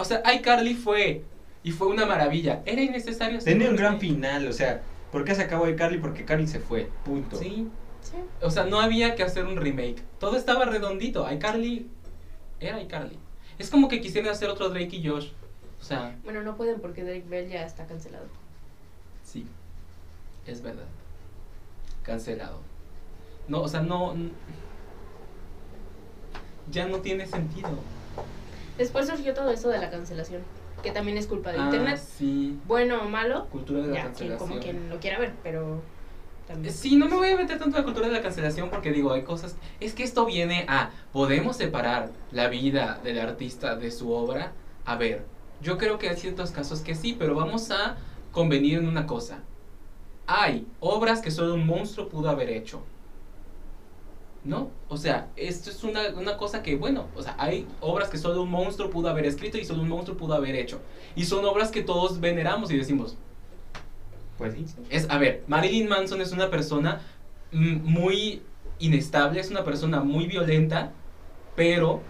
S2: O sea, iCarly fue. Y fue una maravilla. Era innecesario. hacer
S1: Tenía un gran
S2: remake.
S1: final, o sea, ¿por qué se acabó de Carly? Porque Carly se fue, punto.
S2: Sí.
S3: sí.
S2: O sea, no había que hacer un remake. Todo estaba redondito. iCarly. Era iCarly. Es como que quisieran hacer otro Drake y Josh. O sea,
S3: Bueno, no pueden porque Drake Bell ya está cancelado.
S2: sí. Es verdad. Cancelado. No, o sea, no. n- Ya no tiene sentido.
S3: Después surgió todo eso de la cancelación, que también es culpa de internet.
S2: Ah, sí.
S3: Bueno o malo,
S2: Cultura de la
S3: ya, quien-
S2: cancelación.
S3: como quien lo quiera ver, pero. También.
S2: Eh, Sí, no me voy a meter tanto en la cultura de la cancelación porque digo, hay cosas... Es que esto viene a, ¿podemos separar la vida del artista de su obra? A ver, yo creo que hay ciertos casos que sí, pero vamos a convenir en una cosa. Hay obras que solo un monstruo pudo haber hecho. ¿No? O sea, esto es una, una cosa que, bueno, o sea, hay obras que solo un monstruo pudo haber escrito y solo un monstruo pudo haber hecho. Y son obras que todos veneramos y decimos,
S1: Pues sí.
S2: es, a ver, Marilyn Manson es una persona mm, muy inestable, es una persona muy violenta, pero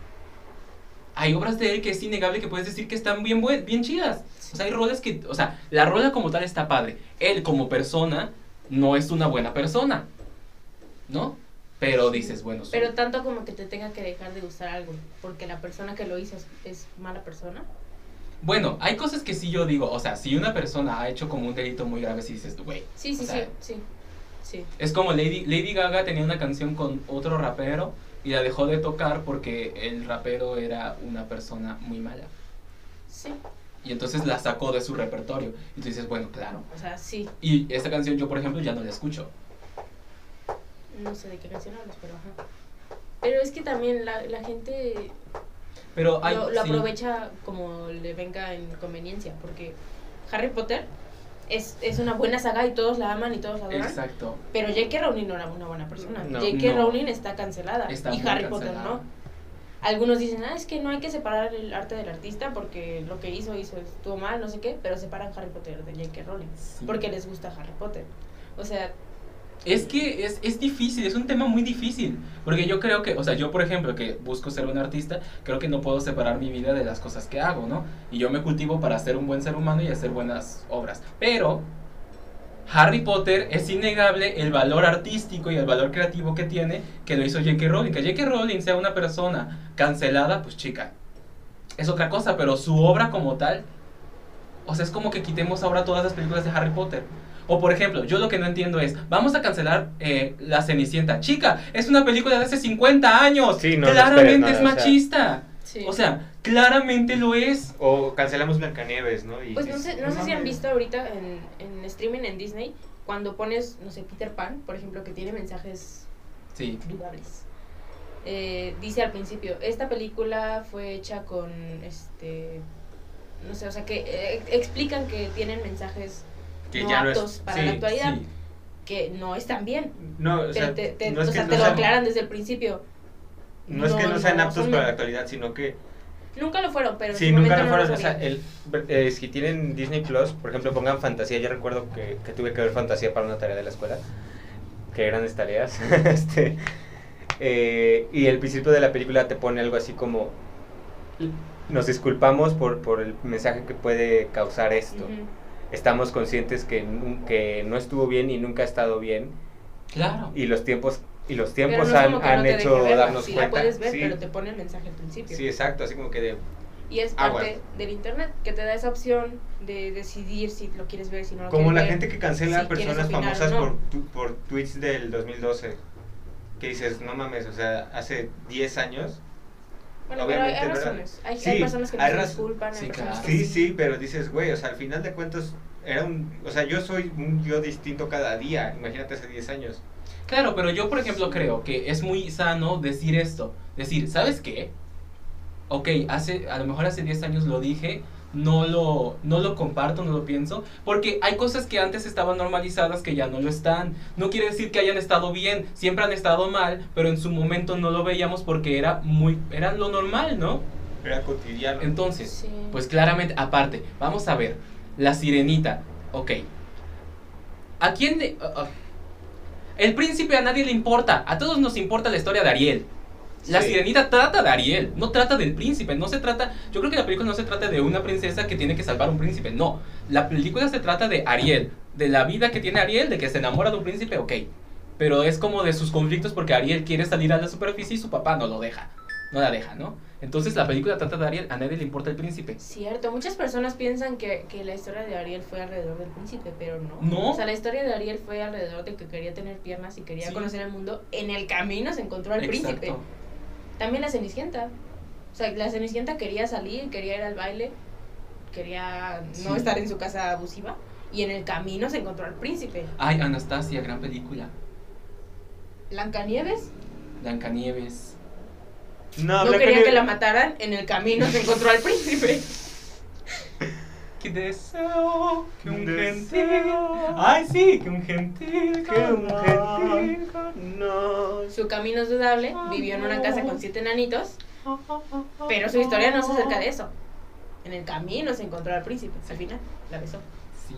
S2: hay obras de él que es innegable que puedes decir que están bien, buen, bien chidas. O sea, hay rolas que, o sea, la rola como tal está padre. Él como persona no es una buena persona, ¿no? Pero dices, bueno, su-
S3: Pero tanto como que te tenga que dejar de gustar algo, porque la persona que lo hizo es, es mala persona.
S2: bueno, hay cosas que sí yo digo, o sea, si una persona ha hecho como un delito muy grave, si dices, güey,
S3: Sí, sí,
S2: O sea-
S3: sí, sí. Sí.
S2: Es como Lady, Lady Gaga tenía una canción con otro rapero y la dejó de tocar porque el rapero era una persona muy mala.
S3: Sí.
S2: Y entonces la sacó de su repertorio. Y tú dices, bueno, claro.
S3: O sea, sí.
S2: Y esta canción yo, por ejemplo, ya no la escucho.
S3: No sé de qué canción hablas, pero ajá. Pero es que también la, la gente
S2: Pero hay...
S3: lo, lo
S2: sí.
S3: aprovecha como le venga en conveniencia, porque Harry Potter es, es una buena saga y todos la aman y todos la adoran.
S2: Exacto.
S3: Pero J.K. Rowling no era una buena persona.
S1: No,
S3: J.K.
S2: no.
S3: Rowling está cancelada
S2: Está
S3: y
S2: muy
S3: Harry Potter
S2: cancelada.
S3: no. Algunos dicen, ah, es que no hay que separar el arte del artista porque lo que hizo, hizo, estuvo mal, no sé qué, pero separan Harry Potter de J.K. Rowling
S2: Sí.
S3: porque les gusta Harry Potter. O sea,
S2: Es que es, es difícil, es un tema muy difícil. Porque yo creo que, o sea, yo por ejemplo, que busco ser un artista, creo que no puedo separar mi vida de las cosas que hago, ¿no? Y yo me cultivo para ser un buen ser humano y hacer buenas obras. Pero Harry Potter es innegable el valor artístico y el valor creativo que tiene que lo hizo J.K. Rowling. Que J.K. Rowling sea una persona cancelada, pues chica, es otra cosa, pero su obra como tal, o sea, es como que quitemos ahora todas las películas de Harry Potter. O por ejemplo, yo lo que no entiendo es, vamos a cancelar eh, La Cenicienta. Chica, es una película de hace 50 años.
S1: Sí, no, no
S2: claramente
S1: esperes
S2: es
S1: nada, o sea.
S2: machista.
S3: sí.
S2: O sea, claramente lo es.
S1: O cancelamos Blancanieves, ¿no? Y
S3: pues no
S1: dices,
S3: sé, no sé si han
S1: mames.
S3: visto ahorita en, en streaming en Disney, cuando pones, no sé, Peter Pan, por ejemplo, que tiene mensajes
S2: Sí,
S3: dudables. Eh, dice al principio, esta película fue hecha con, este, no sé, o sea, que eh, explican que tienen mensajes
S1: Que
S3: no
S1: ya no es-
S3: aptos para
S1: sí,
S3: la actualidad,
S2: sí.
S3: que no están bien.
S1: No, o
S3: Pero
S1: sea,
S3: te, te-
S1: no es
S3: o
S1: que
S3: sea,
S1: no
S3: te lo
S1: sean-
S3: aclaran desde el principio.
S1: no es que no, sean aptos
S3: son
S1: para la
S3: men-
S1: actualidad, sino que
S3: Nunca lo fueron, pero en
S1: Sí,
S3: su
S1: nunca
S3: momento
S1: lo
S3: no
S1: fueron. O sea,
S3: sabían.
S1: el, eh, si tienen Disney Plus, por ejemplo, pongan fantasía. Yo recuerdo que, que tuve que ver fantasía para una tarea de la escuela. Qué grandes tareas. este, eh, y el principio de la película te pone algo así como: Nos disculpamos por, por el mensaje que puede causar esto.
S3: Ujú.
S1: Estamos conscientes que, nun- que no estuvo bien y nunca ha estado bien.
S2: claro.
S1: Y los tiempos, y los
S3: Pero no
S1: tiempos
S3: es
S1: han,
S3: como que
S1: han
S3: no te deje
S1: hecho
S3: verla,
S1: darnos
S3: sí
S1: cuenta.
S3: la puedes ver,
S1: sí,
S3: pero te pone el mensaje al principio.
S1: sí, exacto. Así como que de.
S3: Y es
S1: Ah,
S3: parte
S1: bueno.
S3: del internet, que te da esa opción de decidir si lo quieres ver, si no lo
S1: Como la
S3: quieres ver.
S1: gente que cancela
S3: si quieres
S1: personas
S3: opinar o
S1: famosas
S3: no.
S1: por, tu- por tweets del 2012. Que dices, no mames, o sea, hace 10 años.
S3: Bueno,
S1: Obviamente,
S3: pero hay
S1: ¿verdad?
S3: razones. Hay, hay
S1: Sí,
S3: personas que
S1: hay
S3: nos
S1: raz-
S3: disculpan, hay
S2: sí,
S3: personas
S2: claro.
S3: que
S1: Sí, sí, pero dices, güey, o sea, al final de cuentas, era un. O sea, yo soy un yo distinto cada día. Imagínate hace 10 años.
S2: Claro, pero yo por ejemplo creo que es muy sano decir esto. Decir, ¿sabes qué? Ok, hace, a lo mejor hace 10 años lo dije, no lo, no lo comparto, no lo pienso, porque hay cosas que antes estaban normalizadas que ya no lo están. No quiere decir que hayan estado bien, siempre han estado mal, pero en su momento no lo veíamos porque era muy, era lo normal, ¿no?
S1: Era cotidiano.
S2: Entonces,
S3: Sí.
S2: pues claramente, aparte, vamos a ver, la sirenita, ok. ¿A quién le... ah, ah. el príncipe a nadie le importa, a todos nos importa la historia de Ariel. La
S1: Sí.
S2: sirenita trata de Ariel, no trata del príncipe, no se trata, yo creo que la película no se trata de una princesa que tiene que salvar a un príncipe, no, la película se trata de Ariel, de la vida que tiene Ariel, de que se enamora de un príncipe, ok, pero es como de sus conflictos porque Ariel quiere salir a la superficie y su papá no lo deja, no la deja, ¿no? Entonces la película trata de Ariel, a nadie le importa el príncipe.
S3: Cierto, muchas personas piensan que, que la historia de Ariel fue alrededor del príncipe, pero no.
S2: No.
S3: O sea, la historia de Ariel fue alrededor de que quería tener piernas y quería
S2: Sí.
S3: conocer el mundo. En el camino se encontró al príncipe. También la Cenicienta. O sea, la Cenicienta quería salir, quería ir al baile, quería no
S2: Sí.
S3: estar en su casa abusiva. Y en el camino se encontró al príncipe.
S2: Ay, Anastasia, gran película.
S3: Blancanieves
S2: Blancanieves.
S1: No,
S3: no
S1: Blanca
S3: quería que
S1: Nieve-
S3: la mataran, en el camino se encontró al príncipe.
S2: Que deseo que un gentil.
S1: Deseo.
S2: Ay, sí, que un gentil.
S1: Que un
S2: gentil.
S1: gentil no.
S3: Su camino es dudable, vivió en
S2: Ah.
S3: una casa con siete enanitos, pero su historia no es acerca de eso. En el camino se encontró al príncipe, al final la besó.
S2: Sí.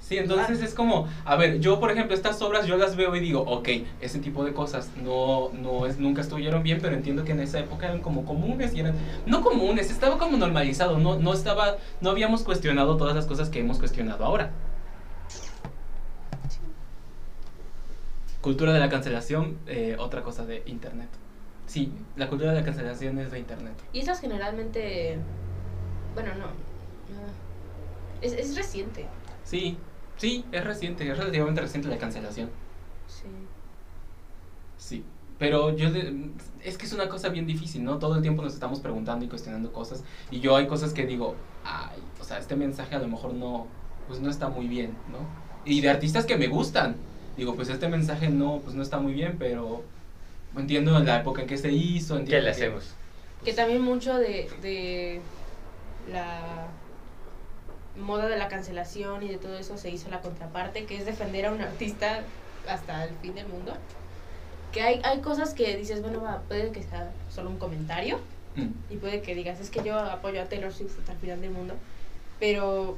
S2: Sí, entonces es como, a ver, yo por ejemplo estas obras yo las veo y digo, ok, ese tipo de cosas no, no es, nunca estuvieron bien, pero entiendo que en esa época eran como comunes y eran, no comunes, estaba como normalizado, no, no estaba, no habíamos cuestionado todas las cosas que hemos cuestionado ahora. Cultura de la cancelación, eh, otra cosa de internet. Sí, la cultura de la cancelación es de internet.
S3: Y esas generalmente, bueno, no, no. Es, es reciente.
S2: Sí, sí, es reciente, es relativamente reciente la cancelación.
S3: Sí.
S2: Sí. Pero yo de- es que es una cosa bien difícil, ¿no? Todo el tiempo nos estamos preguntando y cuestionando cosas y yo hay cosas que digo, ay, o sea, este mensaje a lo mejor no pues no está muy bien, ¿no? Y de artistas que me gustan. Digo, pues este mensaje no pues no está muy bien, pero entiendo la época en que se hizo, entiendo
S1: ¿Qué le
S2: que-
S1: hacemos?
S3: Que también mucho de, de la moda de la cancelación y de todo eso se hizo la contraparte, que es defender a un artista hasta el fin del mundo. Que hay, hay cosas que dices, bueno, va, puede que sea solo un comentario
S2: Mm.
S3: y puede que digas, es que yo apoyo a Taylor Swift hasta el final del mundo, pero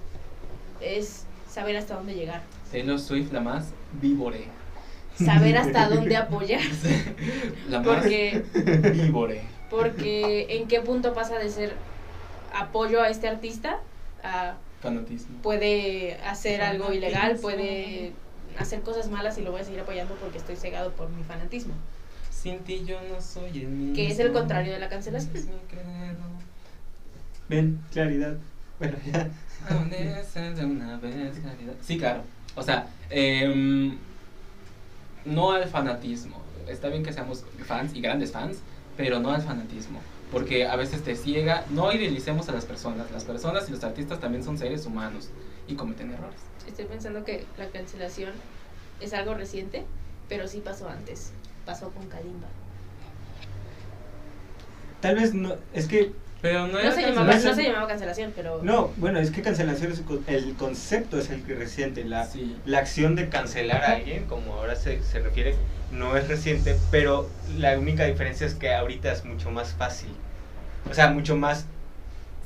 S3: es saber hasta dónde llegar,
S2: Taylor Swift la más víbore.
S3: saber hasta dónde apoyar,
S2: La más
S3: porque
S2: víbore.
S3: Porque en qué punto pasa de ser apoyo a este artista a
S2: Fanatismo.
S3: puede hacer algo ilegal,
S4: Fanatismo.
S3: puede hacer cosas malas y lo voy a seguir apoyando porque estoy cegado por mi fanatismo.
S2: Sin ti yo no soy el mismo.
S3: Que es el contrario de la cancelación.
S2: Sin creerlo.
S1: Ven, claridad. Bueno, ya.
S2: Amanecer de una vez, caridad. Sí, claro. O sea, em, no al fanatismo. Está bien que seamos fans y grandes fans, pero no al fanatismo. Porque a veces te ciega. No idealicemos a las personas. Las personas y los artistas también son seres humanos y cometen errores.
S3: Estoy pensando que la cancelación es algo reciente, pero sí pasó antes. Pasó con Kalimba.
S1: Tal vez no. Es que.
S2: Pero no,
S3: No
S2: era
S3: se
S2: cancelación.
S3: llamaba, no se llamaba cancelación, pero
S1: No, bueno, es que cancelación es. El concepto es el que reciente. La,
S2: Sí.
S1: la acción de cancelar a alguien, como ahora se, se refiere, no es reciente, pero la única diferencia es que ahorita es mucho más fácil. O sea, mucho más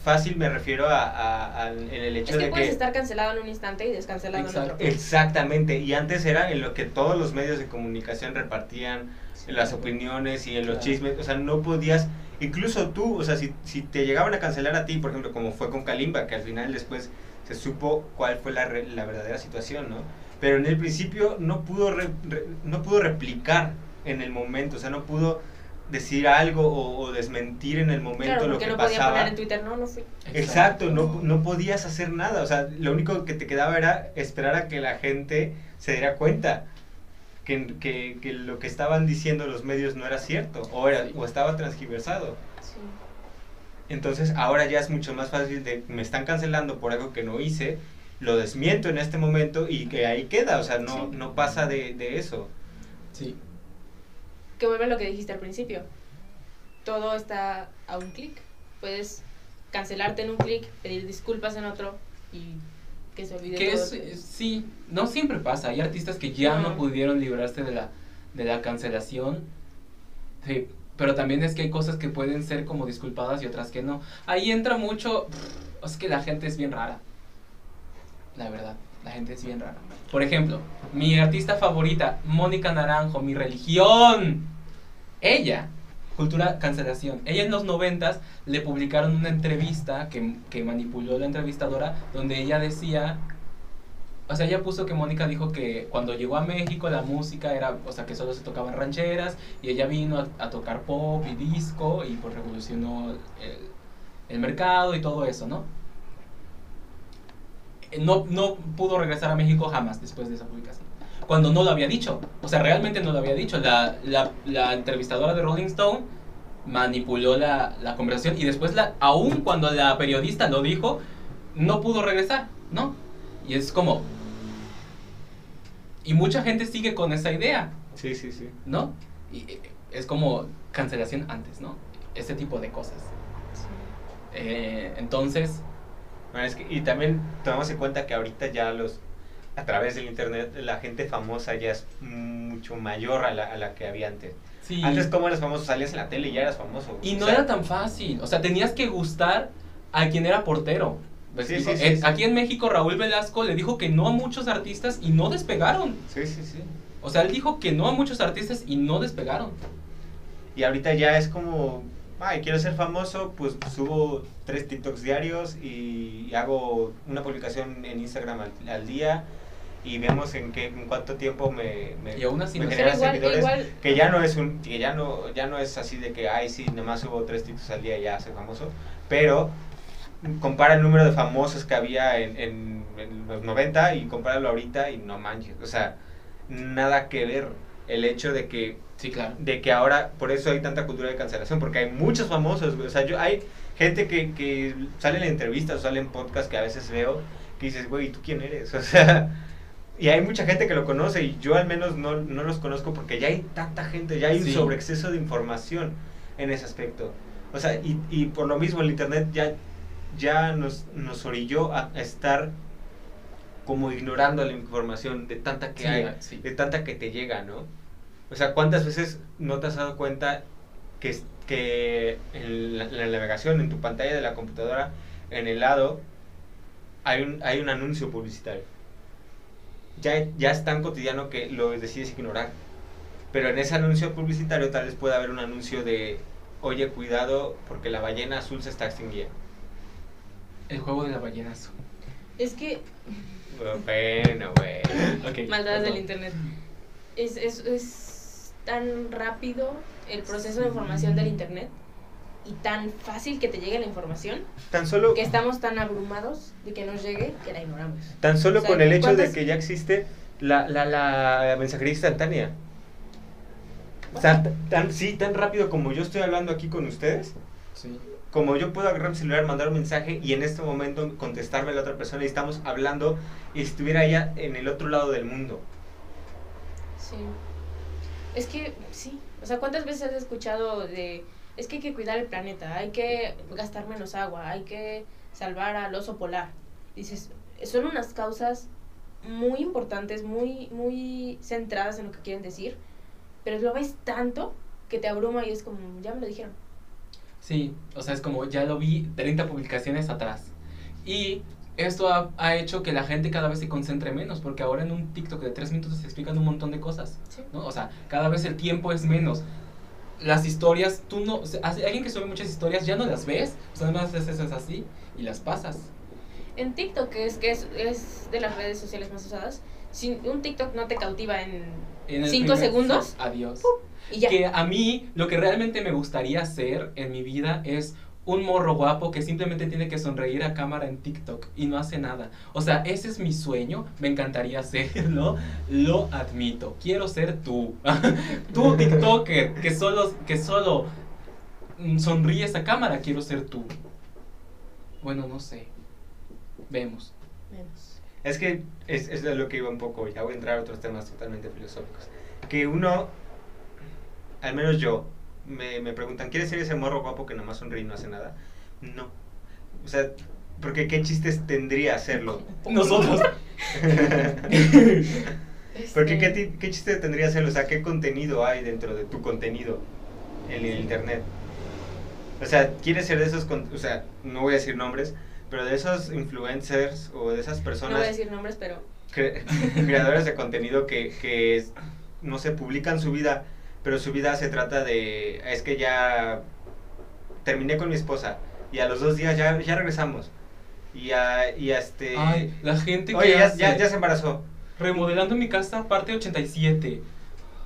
S1: fácil me refiero a, a- al- en el hecho
S3: es que
S1: de
S3: puedes
S1: que...
S3: estar cancelado en un instante y descancelado en
S2: Exacto.
S3: otro.
S1: Exactamente, y antes era en lo que todos los medios de comunicación repartían las opiniones y en los
S2: Claro.
S1: chismes, o sea, no podías, incluso tú, o sea, si, si te llegaban a cancelar a ti, por ejemplo, como fue con Kalimba, que al final después se supo cuál fue la, re- la verdadera situación, ¿no? Pero en el principio no pudo, re- re- no pudo replicar en el momento, o sea, no pudo decir algo o, o desmentir en el momento
S3: Claro,
S1: lo
S3: porque
S1: que
S3: no podía
S1: pasaba.
S3: poner en Twitter, no, no fui.
S1: Exacto, no, no podías hacer nada. O sea, lo único que te quedaba era esperar a que la gente se diera cuenta que, que- que lo que estaban diciendo los medios no era cierto o, era, o estaba transgiversado.
S3: Sí.
S1: Entonces, ahora ya es mucho más fácil de me están cancelando por algo que no hice, lo desmiento en este momento y que ahí queda. O sea, no,
S3: Sí.
S1: no pasa de, de eso.
S2: Sí.
S3: Que vuelve a lo que dijiste al principio. Todo está a un clic. Puedes cancelarte en un clic, pedir disculpas en otro y que se olvide
S2: Que
S3: todo.
S2: es, eh, sí, no siempre pasa. Hay artistas que ya no
S3: Ajá.
S2: pudieron librarse de la, de la cancelación. Sí, pero también es que hay cosas que pueden ser como disculpadas y otras que no. Ahí entra mucho. pff, Es que la gente es bien rara. La verdad, la gente es bien rara. Por ejemplo, mi artista favorita, Mónica Naranjo, mi religión. Ella, cultura cancelación. Ella en los noventas le publicaron una entrevista que, que manipuló la entrevistadora donde ella decía, o sea, ella puso que Mónica dijo que cuando llegó a México la música era, o sea, que solo se tocaban rancheras y ella vino a, a tocar pop y disco y pues revolucionó el, el mercado y todo eso, ¿no? Eh, No, no pudo regresar a México jamás después de esa publicación. Cuando no lo había dicho. O sea, realmente no lo había dicho. La, la, la entrevistadora de Rolling Stone manipuló la, la conversación y después, la, aún cuando la periodista lo dijo, no pudo regresar, ¿no? Y es como... Y mucha gente sigue con esa idea,
S1: Sí, sí, sí.
S2: ¿no? Y eh, es como cancelación antes, ¿no? Ese tipo de cosas.
S3: Sí.
S2: Eh, entonces,
S1: Bueno, es que- y también tomamos en cuenta que ahorita ya los a través del internet la gente famosa ya es mucho mayor a la, a la que había antes.
S2: sí.
S1: Antes como eras famoso salías en la tele y ya eras famoso.
S2: Y
S1: O
S2: no
S1: sea,
S2: era tan fácil. O sea, tenías que gustar a quien era portero. ¿Me
S1: Sí,
S2: explico?
S1: sí, sí,
S2: Eh,
S1: sí.
S2: Aquí en México Raúl Velasco le dijo que no a muchos artistas y no despegaron.
S1: Sí, sí, sí.
S2: O sea, él dijo que no a muchos artistas y no despegaron.
S1: Y ahorita ya es como, ay, quiero ser famoso, pues subo tres TikToks diarios y hago una publicación en Instagram al, al día y vemos en qué en cuánto tiempo me, me,
S2: Y aún así
S1: me
S2: no sé.
S3: Pero
S1: generan
S3: igual,
S1: seguidores.
S3: igual,
S1: Que ya no es un, que ya no, ya no es así de que ay sí, nada más subo tres TikToks al día y ya soy famoso. Pero compara el número de famosos que había en, en- en los 90 y compáralo ahorita y no manches. O sea, nada que ver el hecho de que
S2: Sí, claro.
S1: de que ahora por eso hay tanta cultura de cancelación, porque hay muchos famosos, güey. O sea, yo, hay gente que, que sale en entrevistas, sale en podcast que a veces veo, que dices, güey, ¿y ¿tú quién eres? O sea, y hay mucha gente que lo conoce y yo al menos no, no los conozco porque ya hay tanta gente, ya hay
S2: Sí.
S1: un sobreexceso de información en ese aspecto. O sea, y, y por lo mismo el internet ya, ya nos, nos orilló a a estar como ignorando la información de tanta que
S2: Sí,
S1: hay
S2: ah, sí.
S1: de tanta que te llega, ¿no? O sea, ¿cuántas veces no te has dado cuenta que, es- que en la, la navegación, en tu pantalla de la computadora, en el lado, hay un, hay un anuncio publicitario? Ya, ya es tan cotidiano que lo decides ignorar. Pero en ese anuncio publicitario tal vez pueda haber un anuncio de, oye, cuidado porque la ballena azul se está extinguiendo.
S2: El juego de la ballena azul.
S3: es que
S1: Bueno, güey.
S2: Ok,
S3: maldades del
S2: perdón.
S3: internet. Es, es, es tan rápido el proceso de información del internet y tan fácil que te llegue la información
S1: Tan solo...
S3: que estamos tan abrumados de que nos llegue que la ignoramos.
S1: Tan solo
S3: O sea,
S1: con el hecho de
S3: ¿cuántas-
S1: que ya existe la, la, la mensajería instantánea. O sea, t- tan, sí, tan rápido como yo estoy hablando aquí con ustedes,
S2: Sí.
S1: como yo puedo agarrar mi celular, mandar un mensaje y en este momento contestarme a la otra persona y estamos hablando y estuviera ella en el otro lado del mundo.
S3: Sí. Es que sí. O sea, ¿cuántas veces has escuchado de es que hay que cuidar el planeta, hay que gastar menos agua, hay que salvar al oso polar? Dices, son unas causas muy importantes, muy muy centradas en lo que quieren decir, pero lo ves tanto que te abruma y es como, ya me lo dijeron.
S2: Sí, o sea, es como ya lo vi 30 publicaciones atrás. Y esto ha, ha hecho que la gente cada vez se concentre menos, porque ahora en un TikTok de 3 minutos se explican un montón de cosas, ¿no? O sea, cada vez el tiempo es menos. Las historias, tú no, o sea, hace- alguien que sube muchas historias ya no las ves, o sea, nada más haces esas así y las pasas.
S3: En TikTok, que es que es, es de las redes sociales más usadas, si un TikTok no te cautiva en
S2: En el
S3: ¿Cinco segundos?
S2: Adiós.
S3: y ya.
S2: Que a mí lo que realmente me gustaría hacer en mi vida es un morro guapo que simplemente tiene que sonreír a cámara en TikTok y no hace nada. O sea, ese es mi sueño, me encantaría hacerlo, lo admito. Quiero ser tú. tú TikToker que solo que solo mm, sonríes a cámara, quiero ser tú. Bueno, no sé. Vemos.
S3: Menos.
S1: Es que es, es de lo que iba un poco, ya voy a entrar a otros temas totalmente filosóficos. Que uno, al menos yo, me, me preguntan, ¿quieres ser ese morro guapo que nomás sonríe y no hace nada? No. O sea, porque qué chistes tendría hacerlo.
S2: Nosotros
S1: Porque
S3: Este-
S1: ¿qué, ti- qué chiste tendría hacerlo, o sea, qué contenido hay dentro de tu contenido en el internet. O sea, quieres ser de esos, con- o sea, no voy a decir nombres, pero de esos influencers o de esas
S3: No voy a
S1: personas
S3: decir nombres, pero
S1: cre- creadores de contenido que, que es- no se publican su vida, pero su vida se trata de, es que ya terminé con mi esposa y a los dos días ya, ya regresamos. Y a, y a este...
S2: Ay, la gente que
S1: Oye, ya, ya-
S2: hace-
S1: ya se embarazó.
S2: Remodelando mi casa, parte 87.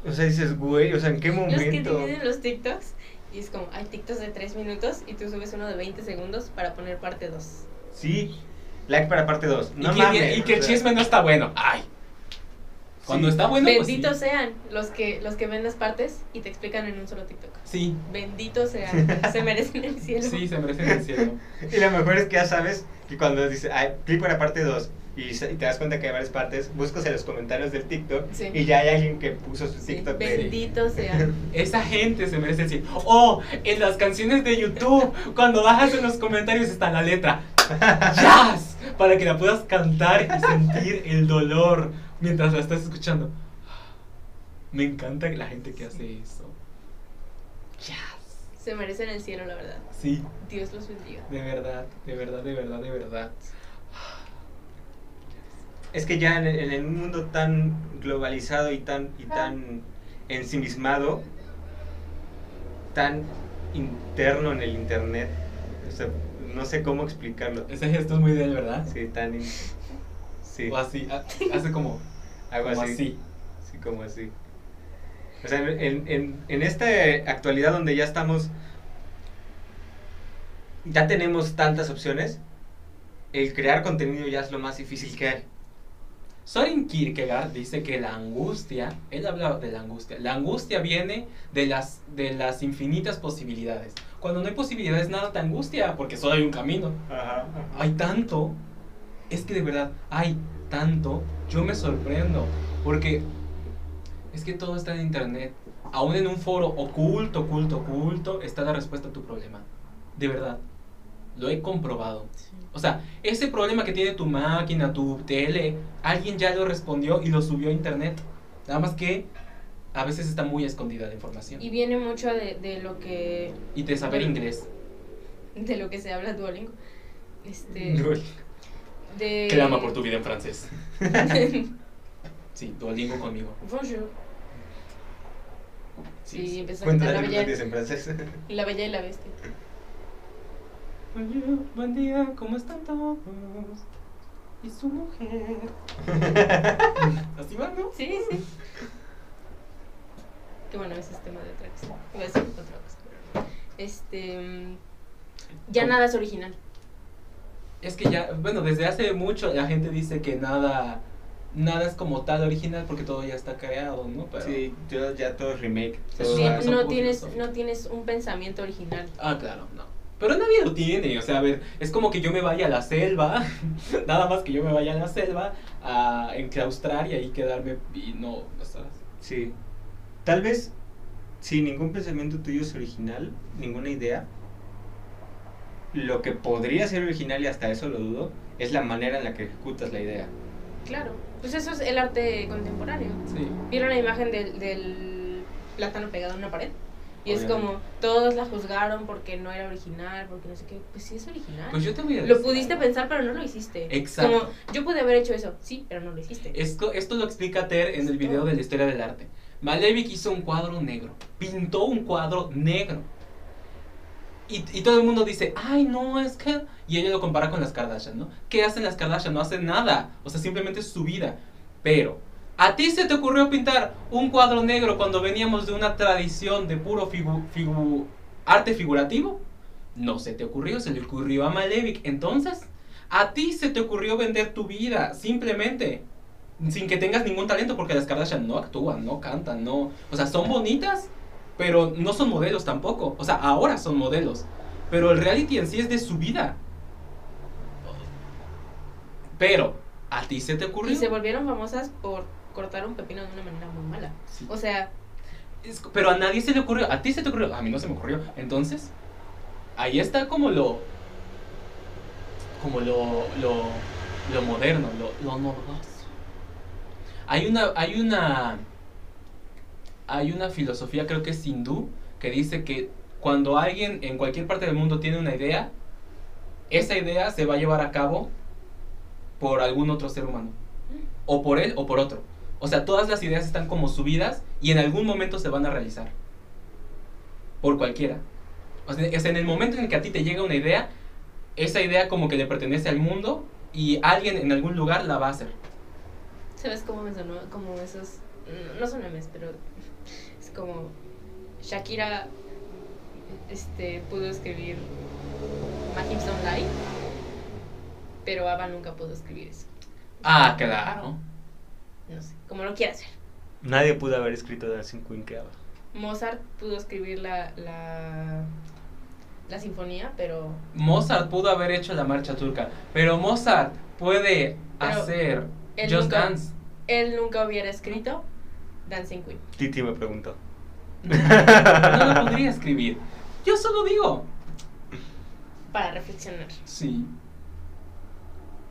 S1: O sea, dices, güey, o sea, ¿en qué
S3: Los que
S1: momento?
S3: dividen los TikToks y es como, hay TikToks de 3 minutos y tú subes uno de 20 segundos para poner parte 2.
S1: Sí, like para parte 2. No
S2: y, que,
S1: mames.
S2: y que
S1: o
S2: el
S1: sea,
S2: chisme no está bueno. Ay. Cuando
S1: Sí.
S2: está bueno, pues sí.
S3: Benditos sean los que los que ven las partes y te explican en un solo TikTok.
S2: Sí,
S3: Benditos sean, se merecen el cielo.
S2: sí, se merecen el cielo.
S1: Y lo mejor es que ya sabes que cuando dice, ay, clic para parte 2 y, se- y te das cuenta que hay varias partes, buscas en los comentarios del TikTok
S3: Sí.
S1: y ya hay alguien que puso su
S3: Sí,
S1: TikTok de...
S3: Benditos sean.
S2: Esa gente se merece el cielo. Oh, en las canciones de YouTube, cuando bajas en los comentarios está la letra. ¡Jazz! Para que la puedas cantar y sentir el dolor mientras la estás escuchando. Me encanta la gente que hace eso. ¡Jazz!
S3: Se merecen el cielo, la verdad.
S2: Sí,
S3: Dios los bendiga.
S2: de verdad, de verdad, de verdad, de verdad.
S1: Es que ya en, en- en un mundo tan globalizado y tan,
S3: Ah.
S1: y tan ensimismado, tan interno en el internet, o sea, no sé cómo explicarlo.
S2: Ese gesto es muy de él, ¿verdad?
S1: Sí, tan. in- Sí,
S2: O así, ha- hace como,
S1: algo
S2: como
S1: así.
S2: así.
S1: Sí, como así. O sea, en, en, en esta actualidad donde ya estamos, ya tenemos tantas opciones, el crear contenido ya es lo más difícil que hay.
S2: Soren Kierkegaard dice que la angustia, él habla de la angustia, la angustia viene de las, de las infinitas posibilidades. Cuando no hay posibilidades, nada te angustia, porque solo hay un camino. Hay tanto, es que de verdad, hay tanto, yo me sorprendo, porque es que todo está en internet. Aún en un foro oculto, oculto, oculto, está la respuesta a tu problema. De verdad, lo he comprobado. O sea, ese problema que tiene tu máquina, tu tele, alguien ya lo respondió y lo subió a internet. Nada más que a veces está muy escondida la información.
S3: Y viene mucho de, de lo que
S2: Y de saber inglés.
S3: de lo que se habla Duolingo. Este,
S1: Lol.
S3: de
S2: Clama por tu vida en francés. Sí, Duolingo conmigo.
S3: Bonjour.
S2: Sí,
S3: Sí, empezó a
S1: Cuenta las
S3: cantar la bella,
S1: diez en francés.
S3: la bella y la bestia.
S2: Bonjour, buen día, ¿cómo están todos? Y su mujer. Así va, ¿no?
S3: Sí, sí. Que bueno, ese es tema de otra cosa. Iba a decir otra cosa. Este. mm, Ya
S2: ¿Cómo?
S3: nada es original.
S2: Es que ya, bueno, desde hace mucho la gente dice que nada, nada es como tal original porque todo ya está creado, ¿no? Pero-
S1: Sí, yo ya todo es remake. todo
S2: Sí,
S1: va-
S2: es un
S3: no,
S2: poco
S3: tienes,
S2: filosófico.
S3: no tienes un pensamiento original.
S2: Ah, claro, no. Pero nadie lo tiene, o sea, a ver, es como que yo me vaya a la selva, nada más que yo me vaya a la selva a enclaustrar y ahí quedarme y no, ¿sabes?
S1: Sí. Tal vez, si ningún pensamiento tuyo es original, ninguna idea, lo que podría ser original, y hasta eso lo dudo, es la manera en la que ejecutas la idea.
S3: Claro. Pues eso es el arte contemporáneo.
S2: Sí.
S3: ¿Vieron la imagen del, del plátano pegado a una pared? Y es
S1: Obviamente.
S3: como, todos la juzgaron porque no era original, porque no sé qué. Pues sí es original.
S2: Pues yo te voy a
S3: Lo
S2: decir
S3: pudiste
S2: algo.
S3: pensar, pero no lo hiciste.
S2: Exacto.
S3: Como, yo pude haber hecho eso, sí, pero no lo hiciste.
S2: Esto, esto lo explica Ter en el video de la historia del arte. Malevich hizo un cuadro negro, pintó un cuadro negro. Y, y todo el mundo dice, ay, no, es que... Y ella lo compara con las Kardashian, ¿no? ¿Qué hacen las Kardashian? No hacen nada. O sea, simplemente es su vida. Pero, ¿a ti se te ocurrió pintar un cuadro negro cuando veníamos de una tradición de puro figu- figu- arte figurativo? No se te ocurrió, se le ocurrió a Malevich. Entonces, a ti se te ocurrió vender tu vida, simplemente sin que tengas ningún talento, porque las Kardashian no actúan, no cantan, no. O sea, son bonitas, pero no son modelos tampoco. O sea, ahora son modelos. Pero el reality en sí es de su vida. Pero, ¿a ti se te ocurrió?
S3: Y se volvieron famosas por cortar un pepino de una manera muy mala.
S2: Sí.
S3: O sea,
S2: Es- pero a nadie se le ocurrió, a ti se te ocurrió, a mí no se me ocurrió. Entonces, ahí está como lo. como lo. lo, lo moderno, lo, lo novedoso. Hay una. hay una. hay una filosofía, creo que es hindú, que dice que cuando alguien en cualquier parte del mundo tiene una idea, esa idea se va a llevar a cabo por algún otro ser humano. O por él o por otro. O sea, todas las ideas están como subidas y en algún momento se van a realizar. Por cualquiera. O sea, es en el momento en el que a ti te llega una idea, esa idea como que le pertenece al mundo y alguien en algún lugar la va a hacer.
S3: ¿sabes cómo me sonó? Como esos. no- No son memes, pero. Es como. Shakira. Este. Pudo escribir. Magic Online. Pero Ava nunca pudo escribir eso.
S2: Ah, claro.
S3: No sé. Como lo quiera hacer.
S1: Nadie pudo haber escrito Dancing Queen que haga.
S3: Mozart pudo escribir la. La, la sinfonía, pero.
S2: Mozart pudo haber hecho la marcha turca, pero Mozart puede
S3: Pero
S2: hacer
S3: él
S2: Just
S3: nunca-
S2: Dance.
S3: Él nunca hubiera escrito Dancing Queen.
S1: Titi me preguntó.
S2: No lo podría escribir. Yo solo digo.
S3: Para reflexionar.
S2: Sí.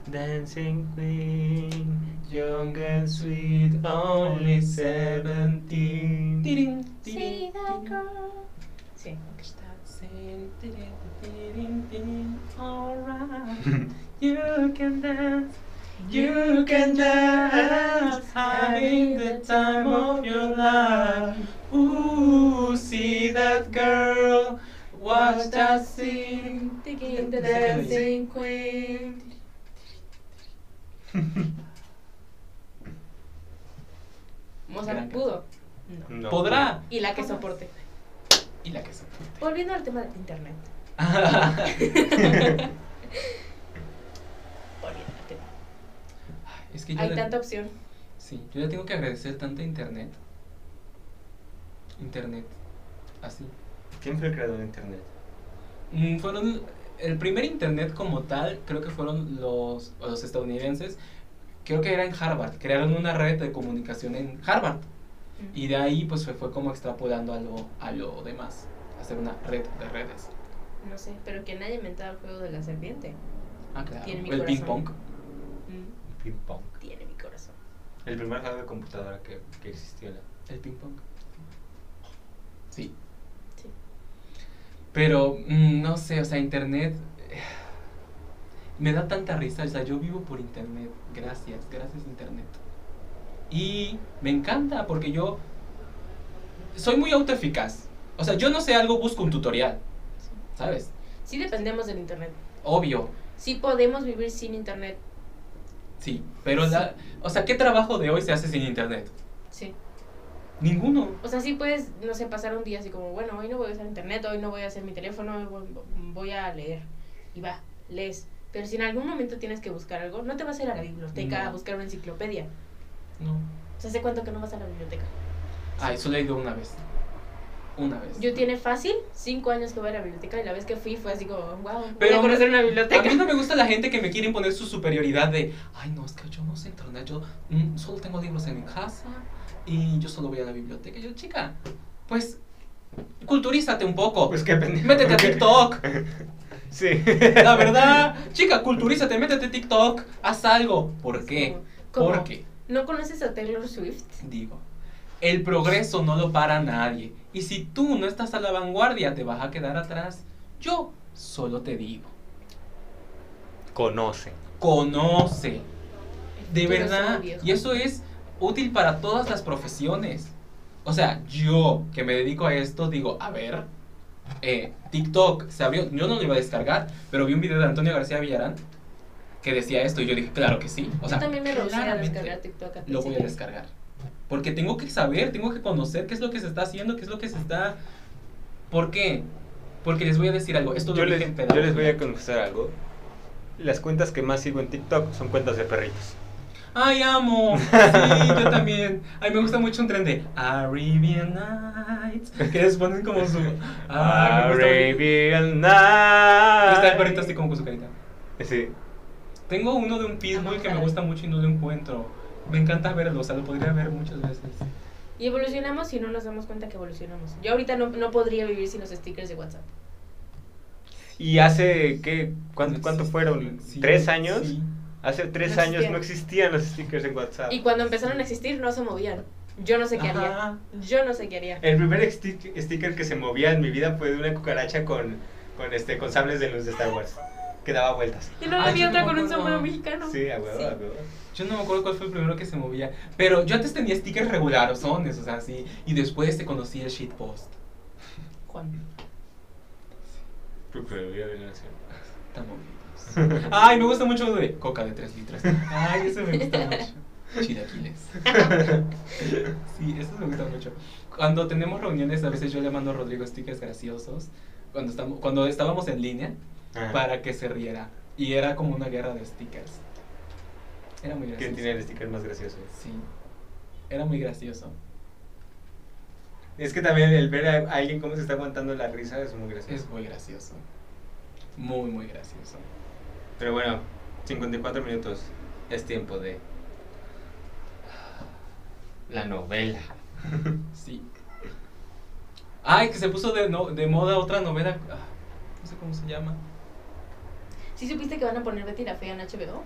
S1: Dancing Queen, young and sweet, only 17.
S2: Tirin, tirin,
S3: See that
S2: tirin.
S3: girl. Sí.
S2: Alright, you can dance, you can dance, having the time of your life. Ooh, see that girl, watch that scene.
S3: Taking
S2: the
S3: the
S2: dancing
S3: dancing queen.
S2: Gran
S3: Mozart pudo. No.
S1: No.
S2: Podrá.
S3: Y la que soporte.
S2: Y la que se
S3: Volviendo al tema de internet. Volviendo al tema.
S2: Es que yo
S3: Hay
S2: le-
S3: tanta opción.
S2: Sí, yo le tengo que agradecer tanto a internet. Internet. Así.
S1: ¿Quién fue el creador de internet?
S2: Mm, Fueron. El primer internet como tal, creo que fueron los, o los estadounidenses. Creo que era en Harvard. Crearon una red de comunicación en Harvard. Y de ahí pues se fue como extrapolando a lo, a lo demás. Hacer una red de redes.
S3: No sé, pero quien haya inventado el juego de la serpiente.
S2: Ah, claro.
S3: Tiene mi
S2: O el ping
S3: corazón.
S2: pong.
S3: Mm,
S1: Ping pong.
S3: Tiene mi corazón.
S1: El primer juego de computadora que, que existió. ¿no?
S2: El ping pong. Sí.
S3: Sí.
S2: Pero, mm, no sé, o sea, internet... eh, Me da tanta risa, o sea, yo vivo por internet. Gracias, gracias internet. Y me encanta porque yo soy muy autoeficaz. O sea, yo no sé algo, busco un tutorial,
S3: Sí.
S2: ¿sabes?
S3: Sí dependemos del internet.
S2: Obvio,
S3: Sí podemos vivir sin internet.
S2: sí. Pero, la, o sea, ¿qué trabajo de hoy se hace sin internet?
S3: Sí.
S2: Ninguno.
S3: O sea, sí puedes, no sé, pasar un día así como, bueno, hoy no voy a usar internet, hoy no voy a hacer mi teléfono, hoy voy- voy a leer. Y va, lees. Pero si en algún momento tienes que buscar algo, no te vas a ir a la biblioteca
S2: No.
S3: a buscar una enciclopedia.
S2: No.
S3: O sea, ¿hace cuánto que no vas a la biblioteca?
S2: Ah, eso lo he ido una vez. Una vez.
S3: Yo tiene fácil cinco años que voy a la biblioteca y la vez que fui fue así como, wow,
S2: Pero
S3: voy a conocer una
S2: A
S3: biblioteca.
S2: mí no me gusta la gente que me quiere imponer su superioridad de, ay no, es que yo no sé internet, yo mm, solo tengo libros en mi casa y yo solo voy a la biblioteca. Yo, chica, pues culturízate un poco.
S1: Pues qué pendejo.
S2: métete a TikTok.
S1: Sí.
S2: La verdad, chica, culturízate, métete a TikTok, haz algo. ¿Por qué?
S3: ¿Cómo?
S2: Porque,
S3: ¿No conoces a Taylor Swift?
S2: digo, el progreso no lo para nadie. Y si tú no estás a la vanguardia, te vas a quedar atrás. Yo solo te digo,
S1: Conoce.
S2: conoce. De
S3: Tú eres
S2: verdad.
S3: un viejo.
S2: Y eso es útil para todas las profesiones. O sea, yo que me dedico a esto, digo, a ver, eh, TikTok, se abrió- yo no lo iba a descargar, pero vi un video de Antonio García Villarán que decía esto y yo dije, claro que sí. O sea,
S3: Yo también me rehusé a
S2: claramente
S3: descargar TikTok. al
S2: lo voy a
S3: principio.
S2: descargar. Porque tengo que saber, tengo que conocer qué es lo que se está haciendo, qué es lo que se está... ¿Por qué? Porque les voy a decir algo. Esto lo
S1: Yo
S2: dije
S1: les,
S2: en
S1: yo les voy
S2: pedagogía.
S1: a confesar algo. Las cuentas que más sigo en TikTok son cuentas de perritos.
S2: ¡Ay, amo! Sí, yo también. Ay, me gusta mucho un tren de Arabian Nights. Que les ponen como su. Ay, Ah, me gusta mucho.
S1: Arabian
S2: Y
S1: Night.
S2: está el perrito así como con su carita.
S1: Sí.
S2: Tengo uno de un pitbull que me gusta mucho y no lo encuentro. Me encanta verlo, o sea, lo podría ver muchas veces.
S3: Y evolucionamos y no nos damos cuenta que evolucionamos. Yo ahorita no, no podría vivir sin los stickers de WhatsApp.
S1: Y hace, ¿qué? ¿Cuánto,
S2: No
S1: cuánto
S2: existe, no
S1: fueron?
S2: existe,
S1: ¿Tres años?
S2: sí.
S1: Hace tres
S3: No
S1: años
S3: existían.
S1: no existían los stickers en WhatsApp.
S3: Y cuando empezaron a existir no se movían. Yo no sé qué haría.
S2: Ajá. Eh,
S3: Yo no sé qué haría.
S1: El primer sti- sticker que se movía en mi vida fue de una cucaracha con, con, este, con sables de luz de Star Wars, que daba vueltas.
S3: Y
S2: Ay,
S3: luego
S2: ah, yo
S3: había
S2: no
S3: otra
S2: me
S3: con un
S2: acuerdo.
S3: sombrero mexicano.
S1: Sí, a huevo,
S3: Sí.
S1: a huevo.
S2: Yo no me acuerdo cuál fue el primero que se movía. Pero yo antes tenía stickers regularosones, o sea, sí. Y después te conocí el shitpost.
S3: Juan.
S2: Tan movidos. Ay, me gusta mucho lo de coca de 3 litros. Ay, eso me gusta mucho. Chilaquiles. Sí, eso me gusta mucho. Cuando tenemos reuniones, a veces yo le mando a Rodrigo stickers graciosos. Cuando, estamos, cuando estábamos en línea,
S1: Ajá.
S2: para que se riera. Y era como una guerra de stickers. Era muy gracioso.
S1: ¿Quién tiene el sticker más gracioso?
S2: Sí. Era muy gracioso.
S1: Es que también el ver a alguien cómo se está aguantando la risa es muy gracioso.
S2: Es muy gracioso. Muy, muy gracioso.
S1: Pero bueno, 54 minutos es tiempo de la novela.
S2: Sí. Ay, que se puso de, no- de moda otra novela. ah, No sé cómo se llama.
S3: ¿Sí supiste que van a poner Betty la Fea en HBO?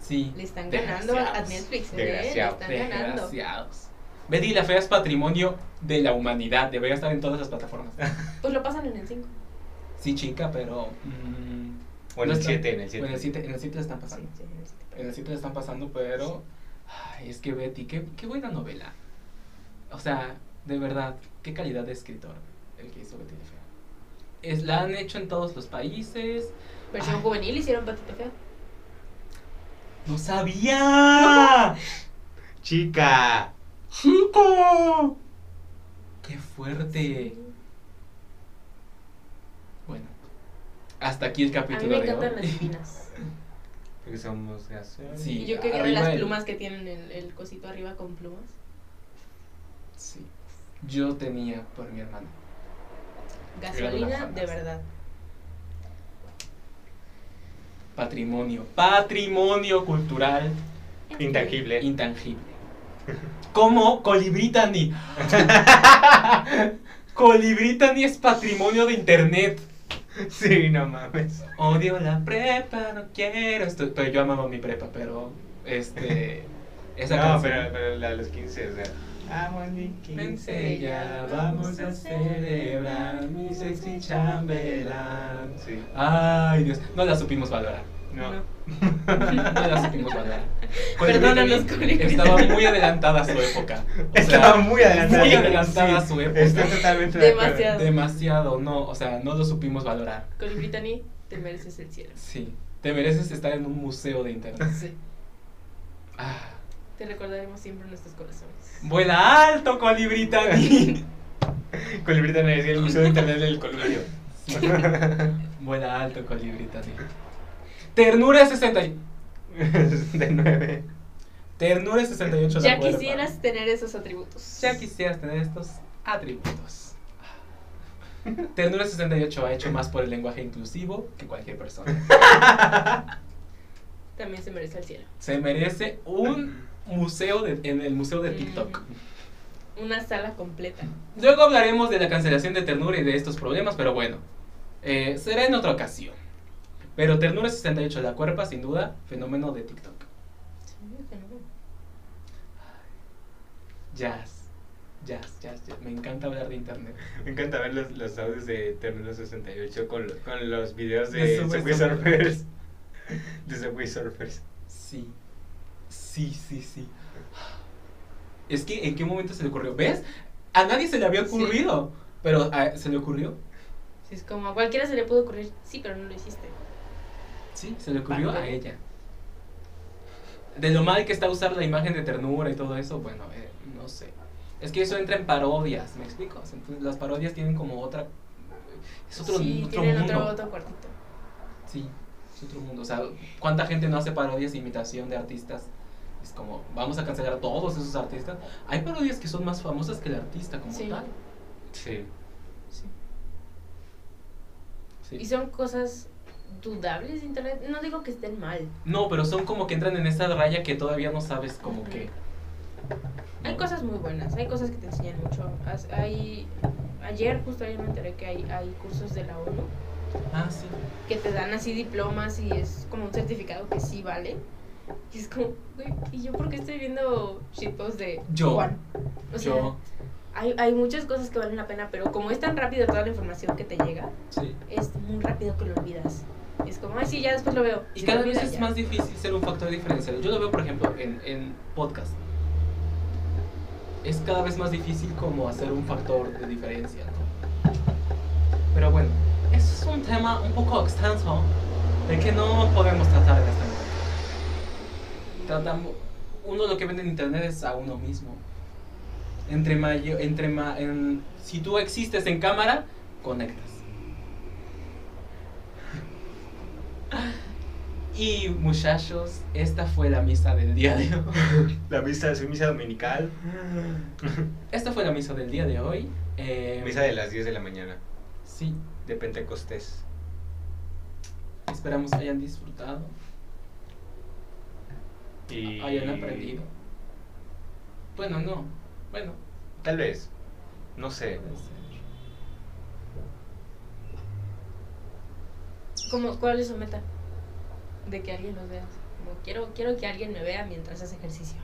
S2: Sí.
S3: Le están ganando a
S2: Desgraciados.
S3: Netflix. ¿eh? Le
S1: Desgraciado.
S3: están ganando.
S2: Desgraciados. Betty la Fea es patrimonio de la humanidad. Debería estar en todas las plataformas.
S3: Pues lo pasan en el 5.
S2: Sí, chica, pero. mm,
S1: O en el
S2: no está-
S1: 7, en el
S2: o En
S1: 7.
S2: el 7 en el siete la están pasando.
S3: Sí, sí, en el siete,
S2: En
S3: pero-
S2: el 7 la están pasando, pero. Ay, es que Betty, qué, qué buena novela. O sea, de verdad, qué calidad de escritor el que hizo Betty la Fea. Es, la han hecho en todos los países.
S3: Versión
S2: Ay.
S3: juvenil hicieron patito feo.
S2: ¡No sabía!
S1: Chica.
S2: ¡Chico! ¡Qué fuerte! Bueno, hasta aquí el
S3: A mí
S2: capítulo
S3: me
S2: de
S3: encantan las
S2: hoy.
S3: divinas.
S1: Porque somos gaseosos.
S2: Sí.
S3: Y yo quería ver
S2: arriba
S3: las
S2: el-
S3: plumas que tienen el, el cosito arriba con plumas.
S2: Sí. Yo tenía por mi hermana.
S3: Gasolina
S2: jamás.
S3: de verdad.
S2: Patrimonio. Patrimonio cultural
S1: Intangible.
S2: intangible. Como Colibritani. Colibritani es patrimonio de internet.
S1: Sí, no mames.
S2: Odio la prepa, no quiero esto. Pero yo amaba mi prepa, pero este. Esa
S1: no,
S2: canción.
S1: pero, pero la de los 15, o sea. Vamos, mi 15,
S2: ya vamos a celebrar mi sexy chambelán.
S1: Sí.
S2: Ay, Dios. No la supimos valorar.
S1: No.
S3: No.
S2: No la supimos valorar.
S3: Perdónanos,
S2: Colibritani
S3: Colibritani.
S2: Estaba muy adelantada a su época. O sea,
S1: Estaba muy adelantada.
S2: muy adelantada a su época.
S1: Estoy totalmente de acuerdo.
S3: Demasiado.
S2: Demasiado, no. O sea, no lo supimos valorar.
S3: Colibritani, te mereces el cielo.
S2: Sí. Te mereces estar en un museo de internet.
S3: Sí.
S2: Ah.
S3: Te recordaremos siempre en nuestros corazones.
S2: Vuela alto, Colibritani.
S1: Colibrita me decía el museo de internet del columbio.
S2: Vuela alto, Colibritani. Ternura 60. y-
S1: de 9.
S2: Ternura 68 la
S3: Ya
S2: puedo
S3: quisieras
S2: reparar.
S3: tener esos atributos.
S2: Ya quisieras tener estos atributos. Ternura 68 ha hecho más por el lenguaje inclusivo que cualquier persona.
S3: También se merece el cielo.
S2: Se merece un museo de- en el museo de TikTok.
S3: Una sala completa.
S2: Luego hablaremos de la cancelación de Ternura y de estos problemas, pero bueno, eh, será en otra ocasión. Pero Ternura 68 la cuerpa, sin duda, fenómeno de TikTok. Jazz, jazz, jazz, jazz. Me encanta hablar de internet.
S1: Me encanta ver los, los audios de Terminal 68 con, lo- con los videos de,
S2: De Subway
S1: Subway
S2: Surfers.
S1: Surfers. De Subway Surfers.
S2: Sí, sí, sí, sí. Es que, ¿en qué momento se le ocurrió? ¿Ves? A nadie se le había
S3: Sí.
S2: ocurrido, pero ah, se le ocurrió.
S3: Sí, es como a cualquiera se le pudo ocurrir. Sí, pero no lo hiciste.
S2: Sí, se le ocurrió
S3: Vale.
S2: a ella. De lo mal que está usar la imagen de ternura y todo eso, bueno, eh, no sé. Es que eso entra en parodias, ¿me explico? Entonces, las parodias tienen como otra... Es otro,
S3: sí,
S2: otro
S3: tienen
S2: mundo.
S3: otro, otro cuartito.
S2: Sí, es otro mundo. O sea, ¿cuánta gente no hace parodias e imitación de artistas? Es como, vamos a cancelar a todos esos artistas. Hay parodias que son más famosas que el artista como
S3: Sí.
S2: tal.
S1: Sí.
S2: Sí. Sí.
S3: Y son cosas dudables de internet. No digo que estén mal.
S2: No, pero son como que entran en esa raya que todavía no sabes como
S3: Ujú.
S2: que...
S3: Hay
S2: ¿no?
S3: cosas muy buenas, hay cosas que te enseñan mucho. As- Hay, ayer, justo ayer me enteré que hay, hay cursos de la ONU
S2: Ah, sí.
S3: que te dan así diplomas y es como un certificado que sí vale. Y es como, güey, ¿y yo por qué estoy viendo shitposts de
S2: Yo.
S3: Juan? O sea,
S2: Yo,
S3: hay, hay muchas cosas que valen la pena, pero como es tan rápido toda la información que te llega,
S2: sí.
S3: es muy rápido que lo olvidas. Es como, ay, sí, ya después lo veo.
S2: Y
S3: Se
S2: cada
S3: te
S2: vez
S3: olvida
S2: es
S3: ya.
S2: más difícil ser un factor diferencial. Yo lo veo, por ejemplo, en, en podcast. Es cada vez más difícil como hacer un factor de diferencia, ¿no? Pero bueno, eso es un tema un poco extenso de que no podemos tratar en este momento. Tratamos, uno lo que vende en internet es a uno mismo. Entre mayo, entre ma, en- si tú existes en cámara, conectas. Y muchachos, esta fue la misa del día de hoy.
S1: La misa de su misa dominical.
S2: Esta fue la misa del día de hoy. Eh,
S1: Misa de las 10 de la mañana.
S2: Sí,
S1: De Pentecostés.
S2: esperamos hayan disfrutado,
S1: Y...
S2: hayan aprendido. Bueno, no. Bueno,
S1: Tal vez. No sé.
S2: puede ser.
S3: Como, ¿Cuál es su meta? De que alguien los vea. Como, quiero, quiero que alguien me vea mientras hace ejercicio.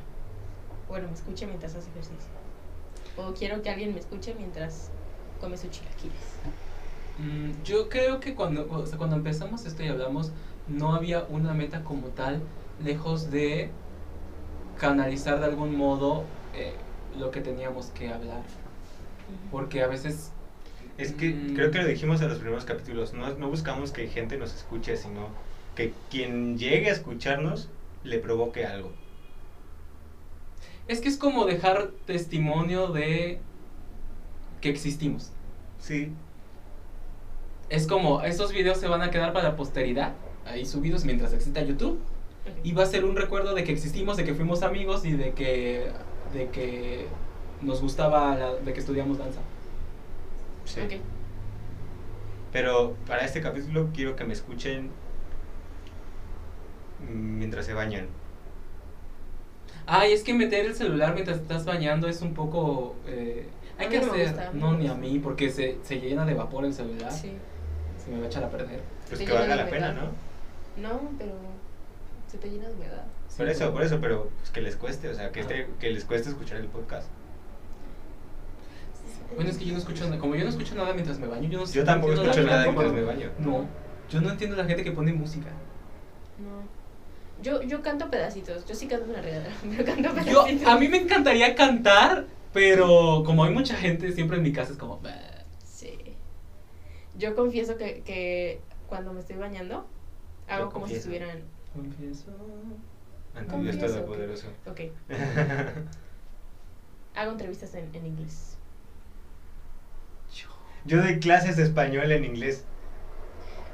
S3: Bueno, me escuche mientras hace ejercicio. O quiero que alguien me escuche mientras come sus chilaquiles.
S2: Mm, yo creo que cuando, o sea, cuando empezamos esto y hablamos, no había una meta como tal, lejos de canalizar de algún modo eh, lo que teníamos que hablar. Porque a veces
S1: Es que
S2: Mm.
S1: creo que lo dijimos en los primeros capítulos, no, no buscamos que gente nos escuche, sino que quien llegue a escucharnos le provoque algo.
S2: es que es como dejar testimonio de que existimos.
S1: Sí,
S2: Es como estos videos se van a quedar para la posteridad, ahí subidos mientras exista YouTube
S3: Ujú.
S2: y va a ser un recuerdo de que existimos, de que fuimos amigos y de que de que nos gustaba la- de que estudiamos danza.
S1: sí.
S3: Ok.
S1: Pero para este capítulo quiero que me escuchen mientras se bañan.
S2: Ay, es que meter el celular mientras te estás bañando es un poco eh, hay
S3: A mí
S2: que
S3: no me
S2: hacer,
S3: gusta,
S2: no
S3: no me
S2: ni a
S3: gusta.
S2: mí porque se, se llena de vapor el celular,
S3: Sí.
S2: se me va a echar a perder.
S1: Pues
S3: Te
S1: que
S3: llena
S1: valga
S3: de
S1: la pena,
S3: humedad.
S1: ¿no?
S3: No, pero se te llena de humedad.
S2: Sí,
S1: Por eso,
S2: pero-
S1: por eso, pero pues, que les cueste, o sea, que,
S2: Ah.
S1: este- que les cueste escuchar el podcast.
S2: Bueno, es que yo no escucho nada. Como yo no escucho nada mientras me baño, yo no sé-
S1: Yo tampoco
S2: entiendo
S1: escucho
S2: la
S1: nada
S2: gente
S1: mientras me
S2: que-
S1: baño.
S2: No, yo no entiendo la gente que pone música.
S3: No. Yo, yo canto pedacitos. Yo sí canto una regadera, pero canto
S2: Yo,
S3: pedacitos.
S2: a mí me encantaría cantar, pero como hay mucha gente siempre en mi casa es como. "Bah".
S3: Sí. Yo confieso que, que cuando me estoy bañando, hago
S1: Yo
S3: como
S1: confieso.
S3: si estuvieran.
S2: Confieso.
S1: Ante Dios
S3: Confieso que-
S1: Todopoderoso.
S3: Ok. Hago entrevistas en, en inglés.
S1: Yo doy clases de español en inglés.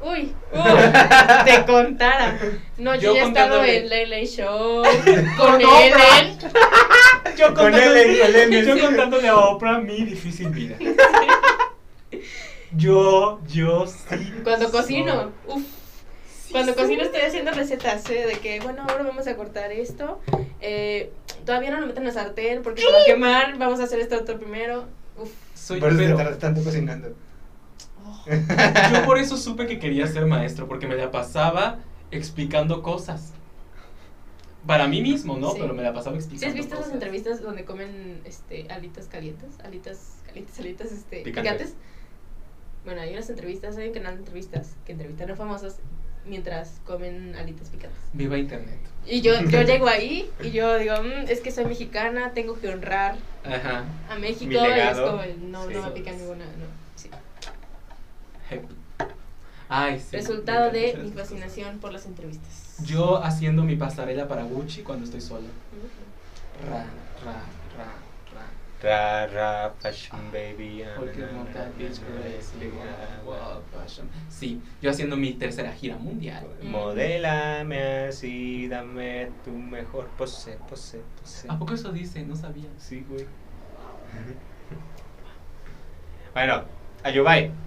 S3: Uy, uy, te contara. No, yo,
S2: Yo
S3: ya he estado
S2: contándole.
S3: en Lele Show
S2: Con
S3: con Ellen.
S2: Yo
S1: Con Ellen, con Ellen.
S2: yo contándole a Oprah mi difícil vida. Yo, yo sí.
S3: Cuando
S2: soy-
S3: cocino, uff.
S2: Sí,
S3: Cuando
S2: sí.
S3: cocino estoy haciendo recetas, ¿eh? de que, bueno, ahora vamos a cortar esto. eh, todavía no lo meten a sartén porque se va a quemar. Vamos a hacer esto otro primero. Uf.
S2: Soy,
S1: por eso te
S2: pero-
S1: tardas tanto cocinando.
S2: Yo por eso supe que quería ser maestro, porque me la pasaba explicando cosas. Para mí mismo, ¿no?
S3: Sí.
S2: Pero me la pasaba
S3: ¿Sí
S2: explicando
S3: has visto
S2: cosas.
S3: esas entrevistas donde comen este, alitas calientes? Alitas calientes, alitas este,
S1: Picantes.
S3: picantes. Bueno, hay unas entrevistas, hay un canal de entrevistas que entrevistan a famosos mientras comen alitas picantes.
S2: Viva Internet.
S3: Y yo, yo llego ahí y yo digo, "Mm, es que soy mexicana, tengo que honrar
S2: Ajá.
S3: a México.
S1: Mi
S3: y es
S1: legado.
S3: como, el, no,
S1: Sí.
S3: no me pica ninguna. No. sí.
S2: Hep. Ay, sí.
S3: Resultado
S2: Me
S3: de
S2: encantan
S3: mi
S2: esas cosas.
S3: fascinación por las entrevistas.
S2: Yo haciendo mi pasarela para Gucci cuando estoy solo.
S3: Ujú.
S2: Ra, ra, ra,
S1: Ra,
S2: ra.
S1: ra, fashion baby.
S2: Porque
S1: na, na,
S2: no
S1: na,
S2: that bitch
S1: na, na,
S2: grace,
S1: na,
S2: wow,
S1: na,
S2: wow, fashion. Sí, yo haciendo mi tercera gira mundial.
S1: na. Modélame así, dame tu mejor pose, pose, pose.
S2: ¿A poco eso dice? No sabía.
S1: Sí, güey. bueno, a Yubay.